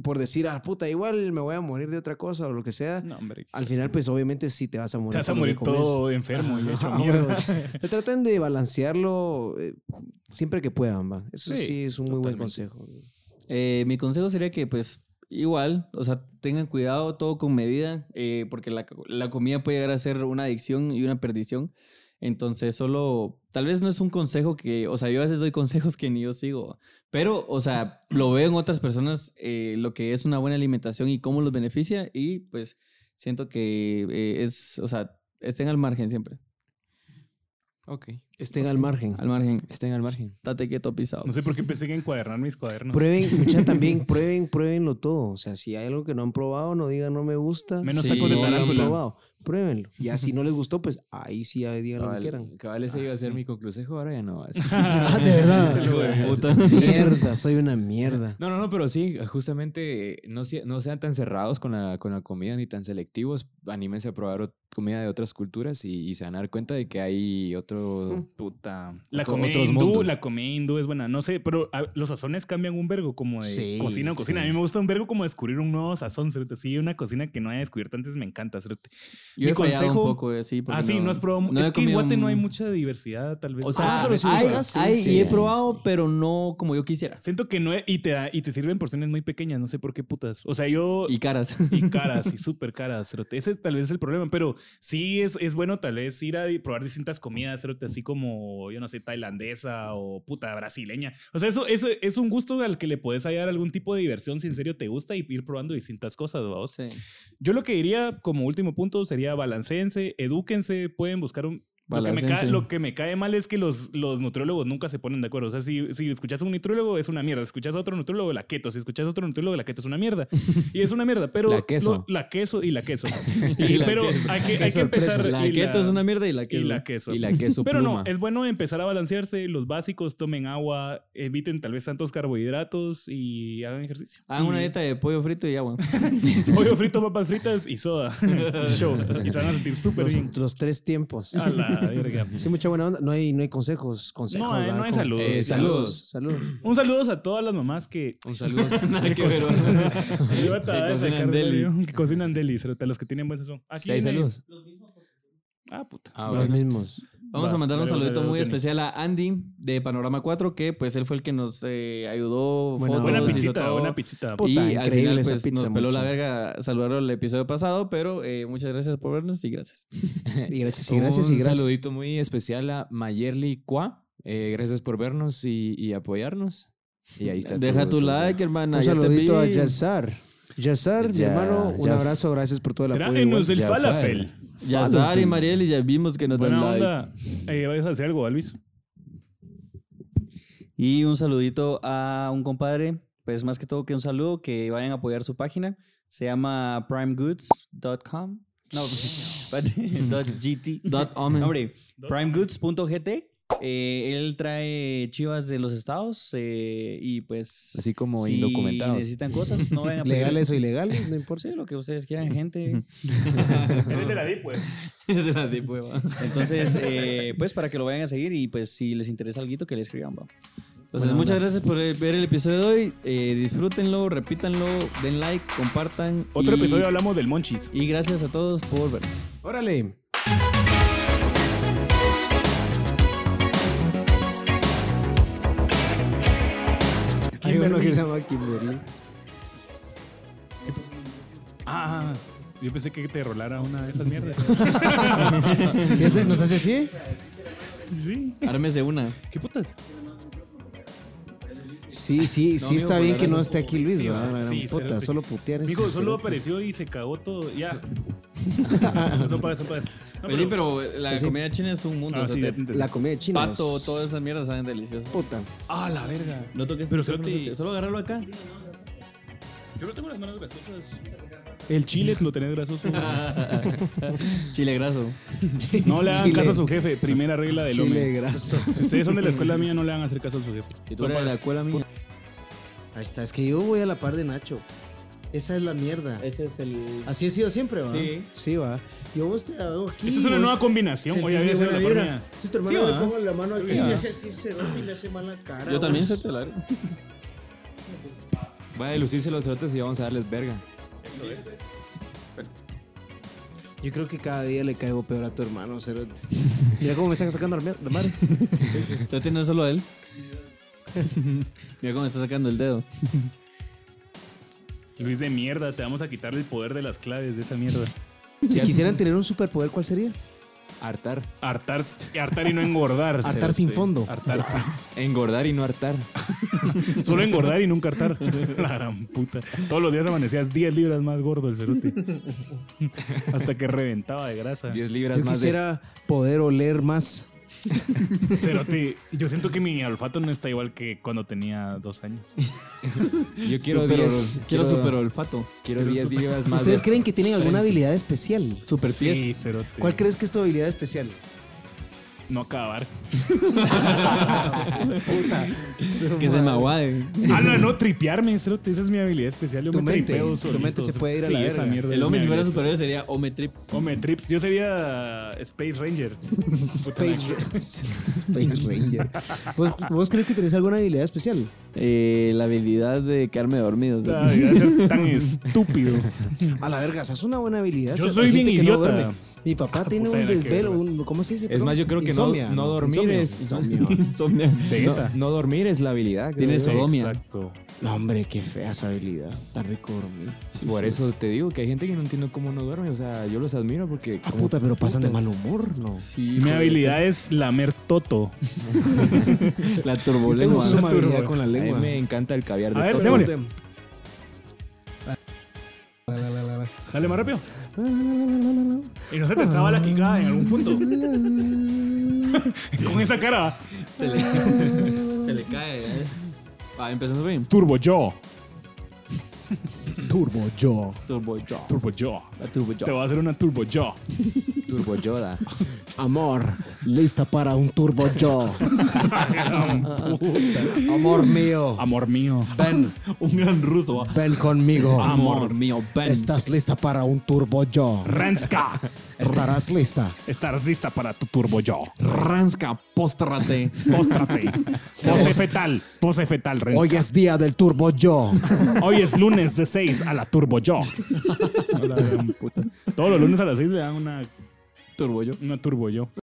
B: por decir, ah, puta, igual me voy a morir de otra cosa o lo que sea.
C: No, hombre.
B: Al final, pues obviamente sí te vas a morir.
C: Te vas a
B: por lo
C: morir
B: que comes.
C: todo enfermo y hecho
B: [LAUGHS] Ajá,
C: mierda. [LAUGHS]
B: huevos. Se Traten de balancearlo eh, siempre que puedan, va. Eso
C: Sí,
B: sí, es un muy buen
C: totalmente.
B: consejo.
D: Eh, mi consejo sería que, pues, igual, o sea, tengan cuidado, todo con medida, eh, porque la, la comida puede llegar a ser una adicción y una perdición. Entonces, solo, tal vez no es un consejo que, o sea, yo a veces doy consejos que ni yo sigo, pero, o sea, lo veo en otras personas eh, lo que es una buena alimentación y cómo los beneficia y pues siento que eh, es, o sea, estén al margen siempre,
A: Ok.
B: Estén al margen.
D: al margen,
A: Estén al margen.
D: estate quieto pisado.
C: No sé por qué empecé a encuadernar mis cuadernos.
B: Prueben, mucha
C: [LAUGHS]
B: también, prueben, pruébenlo todo. O sea, si hay algo que no han probado, no digan no me gusta.
C: Menos
B: si
C: tacos de
B: no lo han
C: tarántula.
B: probado, Pruébenlo. Ya si no les gustó, pues ahí sí ya digan lo que
A: [LAUGHS]
B: quieran. [LAUGHS]
A: Cabal,
D: Ah,
A: ese iba a ser mi conclusejo, ahora ya no va a ser.
D: [LAUGHS]
A: [LAUGHS]
B: Ah,
C: [LAUGHS]
B: de
A: Hijo
B: verdad.
A: de puta.
B: Mierda, soy una mierda.
A: No, no, no, pero sí, justamente eh, no, se- no sean tan cerrados con la, con la comida ni tan selectivos. Anímense a probar ot- comida de otras culturas y, y se van a dar cuenta de que hay otro.
C: Puta. La
A: Otro-
C: comida
A: otros
C: hindú,
A: mundos.
C: la comida hindú es buena. No sé, pero ah, los sazones cambian un vergo como de
B: Sí,
C: cocina a cocina.
B: sí.
C: A mí me gusta un vergo como descubrir un nuevo sazón, cerote. Sí, una cocina que no haya descubierto antes me encanta, cerote.
D: Yo
C: Mi
D: he fallado
C: consejo-
D: un poco, eh, sí, porque
C: Ah, sí, no has probado.
D: no he
C: es que en
D: comido
C: Guate no hay
D: un-
C: mucha diversidad, tal vez.
D: O sea,
B: Ah, pero sí
D: hay,
B: buscas, sí,
D: hay-
B: sí
D: y he
B: hay,
D: probado, pero no como yo quisiera.
C: Siento que no es, y te, da- y te sirven porciones muy pequeñas, no sé por qué putas. O sea, yo.
D: Y caras.
C: Y caras, y súper caras, cerote. Ese tal vez es el problema, pero sí es, es bueno tal vez ir a di- probar distintas comidas, cerote, así como, yo no sé, tailandesa o puta brasileña. O sea, eso, eso es un gusto al que le puedes hallar algún tipo de diversión si en serio te gusta y ir probando distintas cosas, vamos.
D: Sí.
C: Yo lo que diría como último punto sería balancense, edúquense, pueden buscar un... Lo que, me
D: Balancense.
C: cae, lo que me cae mal es que los, los nutriólogos nunca se ponen de acuerdo. O sea, si, si escuchas a un nutriólogo es una mierda. Si escuchas a otro nutriólogo, la keto. Si escuchas a otro nutriólogo, la keto es una mierda. Y es una mierda, pero...
A: La queso.
C: lo- la queso y la queso.
D: Y
C: Y-
D: la
C: pero
D: queso.
C: hay que,
B: Qué
D: [LAUGHS]
C: hay que
B: sorpresa.
C: empezar...
D: La
C: y
D: keto es una mierda y la
C: y
D: queso.
C: la queso.
A: Y la queso
C: Pero
A: pluma.
C: no, es bueno empezar a balancearse. Los básicos, tomen agua, eviten tal vez tantos carbohidratos y hagan ejercicio.
D: Hagan Ah, una
C: Y-
D: dieta de pollo frito
C: [LAUGHS]
D: y agua.
C: Pollo frito, papas fritas y soda. Show. Y se van a sentir súper bien. Ah,
B: Los, los tres tiempos.
C: A la verga.
B: Sí, mucha buena onda. No hay, no hay consejos. consejos
C: No hay-
B: ¿verdad?
C: no hay
B: Como-
C: saludos.
B: Eh, saludos. Saludos.
C: Un saludo a todas las mamás que.
A: Un
D: [LAUGHS]
A: saludo.
C: [LAUGHS] Yo acababa de
D: Que cocinan
C: sacar
D: deli.
C: medio- Que cocinan deli. pero a los que tienen buen sazón. Aquí
A: Seis
C: viene-
A: saludos.
C: Ah, puta.
A: Ah,
B: Los
A: bueno. [LAUGHS]
B: mismos.
D: Vamos
C: Va,
D: a mandar un
C: dale, dale,
D: saludito
C: dale,
D: muy
C: Jenny.
D: especial a Andy de Panorama 4, que pues él fue el que nos eh, ayudó.
B: Buena
D: fotos,
B: onda.
C: Buena
D: hizo
C: pizzita,
D: todo.
C: buena pizzita.
B: Puta,
D: y al
B: increíble
D: final,
B: esa
D: pues,
B: pizza,
D: nos peló
B: mucho.
D: la verga saludarlo el episodio pasado, pero eh, muchas gracias por vernos y gracias.
B: Y gracias, y gracias, y
A: Un
B: gracias.
A: saludito muy especial a Mayerly Qua. Eh, gracias por vernos y, y apoyarnos. Y ahí está.
D: Deja
A: todo,
D: tu
A: todo.
D: like, hermana.
B: Un
D: yo te
B: saludito a
D: vi.
B: Yazar. Yazar, mi
A: Ya-
B: hermano, un
A: Yaz-
B: abrazo, gracias por todo el apoyo. igual.
C: Tráenos el
A: ya fue.
C: falafel.
D: Yazar y Mariel y ya vimos que nos dan
C: Buena
D: like.
C: onda. Eh, ¿Vayas a hacer algo, Luis?
E: Y un saludito a un compadre, pues más que todo que un saludo, que vayan a apoyar su página. Se llama primegoods.com. No, [LAUGHS] espérate, dot .gt.
D: Dot
E: [LAUGHS]
D: omen.
E: Hombre, primegoods.gt. Eh, él trae chivas de los estados eh, y pues...
A: Así como
E: si
A: indocumentados.
E: necesitan cosas, no
B: [LAUGHS]
E: vayan a pedir-
B: Legales o
A: [LAUGHS]
B: ilegales, no importa.
E: Sí, lo que ustedes quieran, gente.
C: Eres de la DIP, pues.
D: [LAUGHS] Es la de hueva. [LAUGHS]
E: Entonces, eh, pues para que lo vayan a seguir y pues si les interesa algo, que le escriban. va.
D: Entonces, muchas gracias por eh, ver el episodio de hoy. Eh, disfrútenlo, repítanlo, den like, compartan.
C: Otro
D: y-
C: episodio hablamos del Monchis.
D: Y gracias a todos por vernos.
B: Órale. Hay uno que se llama Kimberly.
C: Ah, yo pensé que te rolara una de esas mierdas.
B: ¿Ese ¿Nos hace así?
C: [LAUGHS] sí.
D: Ármese una.
C: ¿Qué putas?
B: Sí, sí, sí está
C: pues
B: bien que no esté aquí Luis,
C: Sí,
B: ¿verdad?
C: va,
B: La gran
C: sí,
B: puta,
C: cerote.
B: solo putear es-
C: Digo, solo apareció y se cagó todo. [LAUGHS] Ya. Son pagas, son pagas. No,
D: Pues sí, pero la comida china es un mundo.
C: Ah,
D: o sea,
C: sí,
D: te-
C: ya te entendí.
B: La comida china. es
D: pato, todas esas mierdas saben deliciosas.
B: Puta.
C: Ah, la verga.
D: No toques
C: Pero,
E: este
D: solo,
C: cerote.
D: solo agarrarlo acá.
C: Yo no tengo las manos grasosas. El chile lo tenés [LAUGHS] grasoso.
D: Chile graso.
C: No le hagan
B: Chile.
C: caso a su jefe. Primera regla del
B: Chile
C: hombre.
B: graso.
C: [LAUGHS] Si ustedes son de la escuela mía, no le hagan hacer caso a su jefe.
D: Si tú eres de la escuela mía.
B: Ahí está, es que yo voy a la par de Nacho. Esa es la mierda.
D: Ese es el.
B: Así ha sido siempre, ¿va?
D: Sí.
B: Sí, va. Yo vos te hago aquí. pues,
C: Esta es una
B: vos
C: nueva combinación.
B: sentís
C: Oye,
B: mi
C: había sido
B: buena
C: la por
B: vibra.
C: mía.
B: Si tu hermano
C: Sí,
B: le
C: va.
B: pongo la mano aquí
C: Sí,
B: y
C: va.
B: le hace así, se nota y le hace mala cara.
D: Yo también
B: vos.
D: soy te la
E: [LAUGHS]
D: verga.
A: Vaya a lucirse los cerotes y vamos a darles verga.
B: Yo creo que cada día le caigo peor a tu hermano, cerote. [LAUGHS] Mira cómo me está sacando la mier- la [LAUGHS] madre.
D: Se tiene solo él. [LAUGHS] Mira cómo está sacando el dedo.
C: Luis de mierda, te vamos a quitar el poder de las claves de esa mierda.
B: Si quisieran tener un superpoder, ¿cuál sería?
A: Hartar.
C: Hartar, hartar y no engordar.
B: Hartar sin
C: cerote.
B: fondo.
C: Hartar.
A: Engordar y no hartar.
C: Solo engordar y nunca hartar. La gran puta. Todos los días amanecías 10 libras más gordo el cerote. Hasta que reventaba de grasa.
A: 10 libras
B: Yo
A: más
B: quisiera poder oler más.
C: Cerote, yo siento que mi olfato no está igual que cuando tenía dos años.
A: de. Yo quiero 10.
D: Quiero super olfato.
A: Quiero 10 libras más
B: ¿Ustedes
A: de.
B: creen que tienen alguna habilidad especial?
D: Super pies.
C: Sí, cerote.
B: ¿Cuál crees que es tu habilidad especial?
C: No acabar.
B: Puta.
D: Que se me aguade.
B: [LAUGHS]
C: Ala, no, tripearme, cerote. Esa es mi habilidad especial. Yo
B: Tu
C: me
B: mente,
C: tripeo
B: tu
C: solito,
B: mente se puede ir a
C: sí,
B: la
C: esa
B: verga.
C: mierda
D: El
C: es
D: hombre
C: mi
D: si fuera
C: habilidad
D: superhéroe sería Ometrip.
C: Hombre, trips. Yo sería Space
B: [LAUGHS]
C: Ranger.
B: Space, Ra- [LAUGHS] Space Ranger. ¿Vos, vos crees que tenés alguna habilidad especial?
D: Eh, la habilidad de quedarme dormido. o sea,
C: Ay, debe ser
B: [LAUGHS]
C: tan estúpido.
B: A la verga, esa es una buena habilidad.
C: Yo
B: O sea,
C: soy
B: hay
C: bien
B: gente que no
C: idiota.
B: duerme. Mi papá
C: Ah,
B: tiene
C: puta,
B: un
C: era que
B: desvelo,
C: verga.
B: un, ¿cómo se dice?
A: Es más, yo creo que no-
B: Insomnia,
A: no dormir es-
B: Insomnio.
D: [LAUGHS] insomnio.
C: Vegeta.
A: [LAUGHS] No dormir es la habilidad. creo yo.
D: Tiene sodomia.
C: Exacto.
B: No, hombre, qué fea esa habilidad. Tan rico dormir.
A: Por eso te digo que hay gente que no entiendo cómo no duerme. O sea, yo los admiro
B: [LAUGHS]
A: porque.
B: Ah,
A: ¿cómo
B: puta, pero pasan de
A: putas?
B: mal humor, ¿no?
D: Sí,
C: Mi
D: joder.
C: habilidad es lamer toto.
D: La
B: Yo tengo
D: turbulencia.
B: suma habilidad con la
A: A mí
B: lengua.
A: me encanta el caviar de
C: A ver,
A: toro.
C: démosle.
B: La, la, la, la, la.
C: Dale más rápido. Y no se te estaba la quicada en algún punto. [LAUGHS] Con esa cara.
D: Se le, se le cae. eh. Ah, empezando bien.
C: Turbo yo.
B: Turbo yo.
D: Turbo Jaw.
C: Turbo yo.
D: La Turbo Jaw.
C: Te voy a hacer una turbo yo. [LAUGHS]
A: Turbo Yoda.
B: Amor, lista para un turbo yo. Amor mío,
C: Amor mío.
B: ven,
D: Un gran ruso. ah.
B: ven conmigo.
D: Amor mío, Ben.
B: Estás lista para un turbo yo.
C: Ranska.
B: Estarás lista.
C: Estás lista para tu turbo yo.
D: Ranska, póstrate.
C: Póstrate. Pose fetal. Pose fetal, Renska.
B: Hoy es día del turbo yo.
C: Hoy es lunes de 6 a la Turbo Yo. Todos los lunes a las 6 le dan una,
D: Turbo Jaw.
C: una Turbo Yo.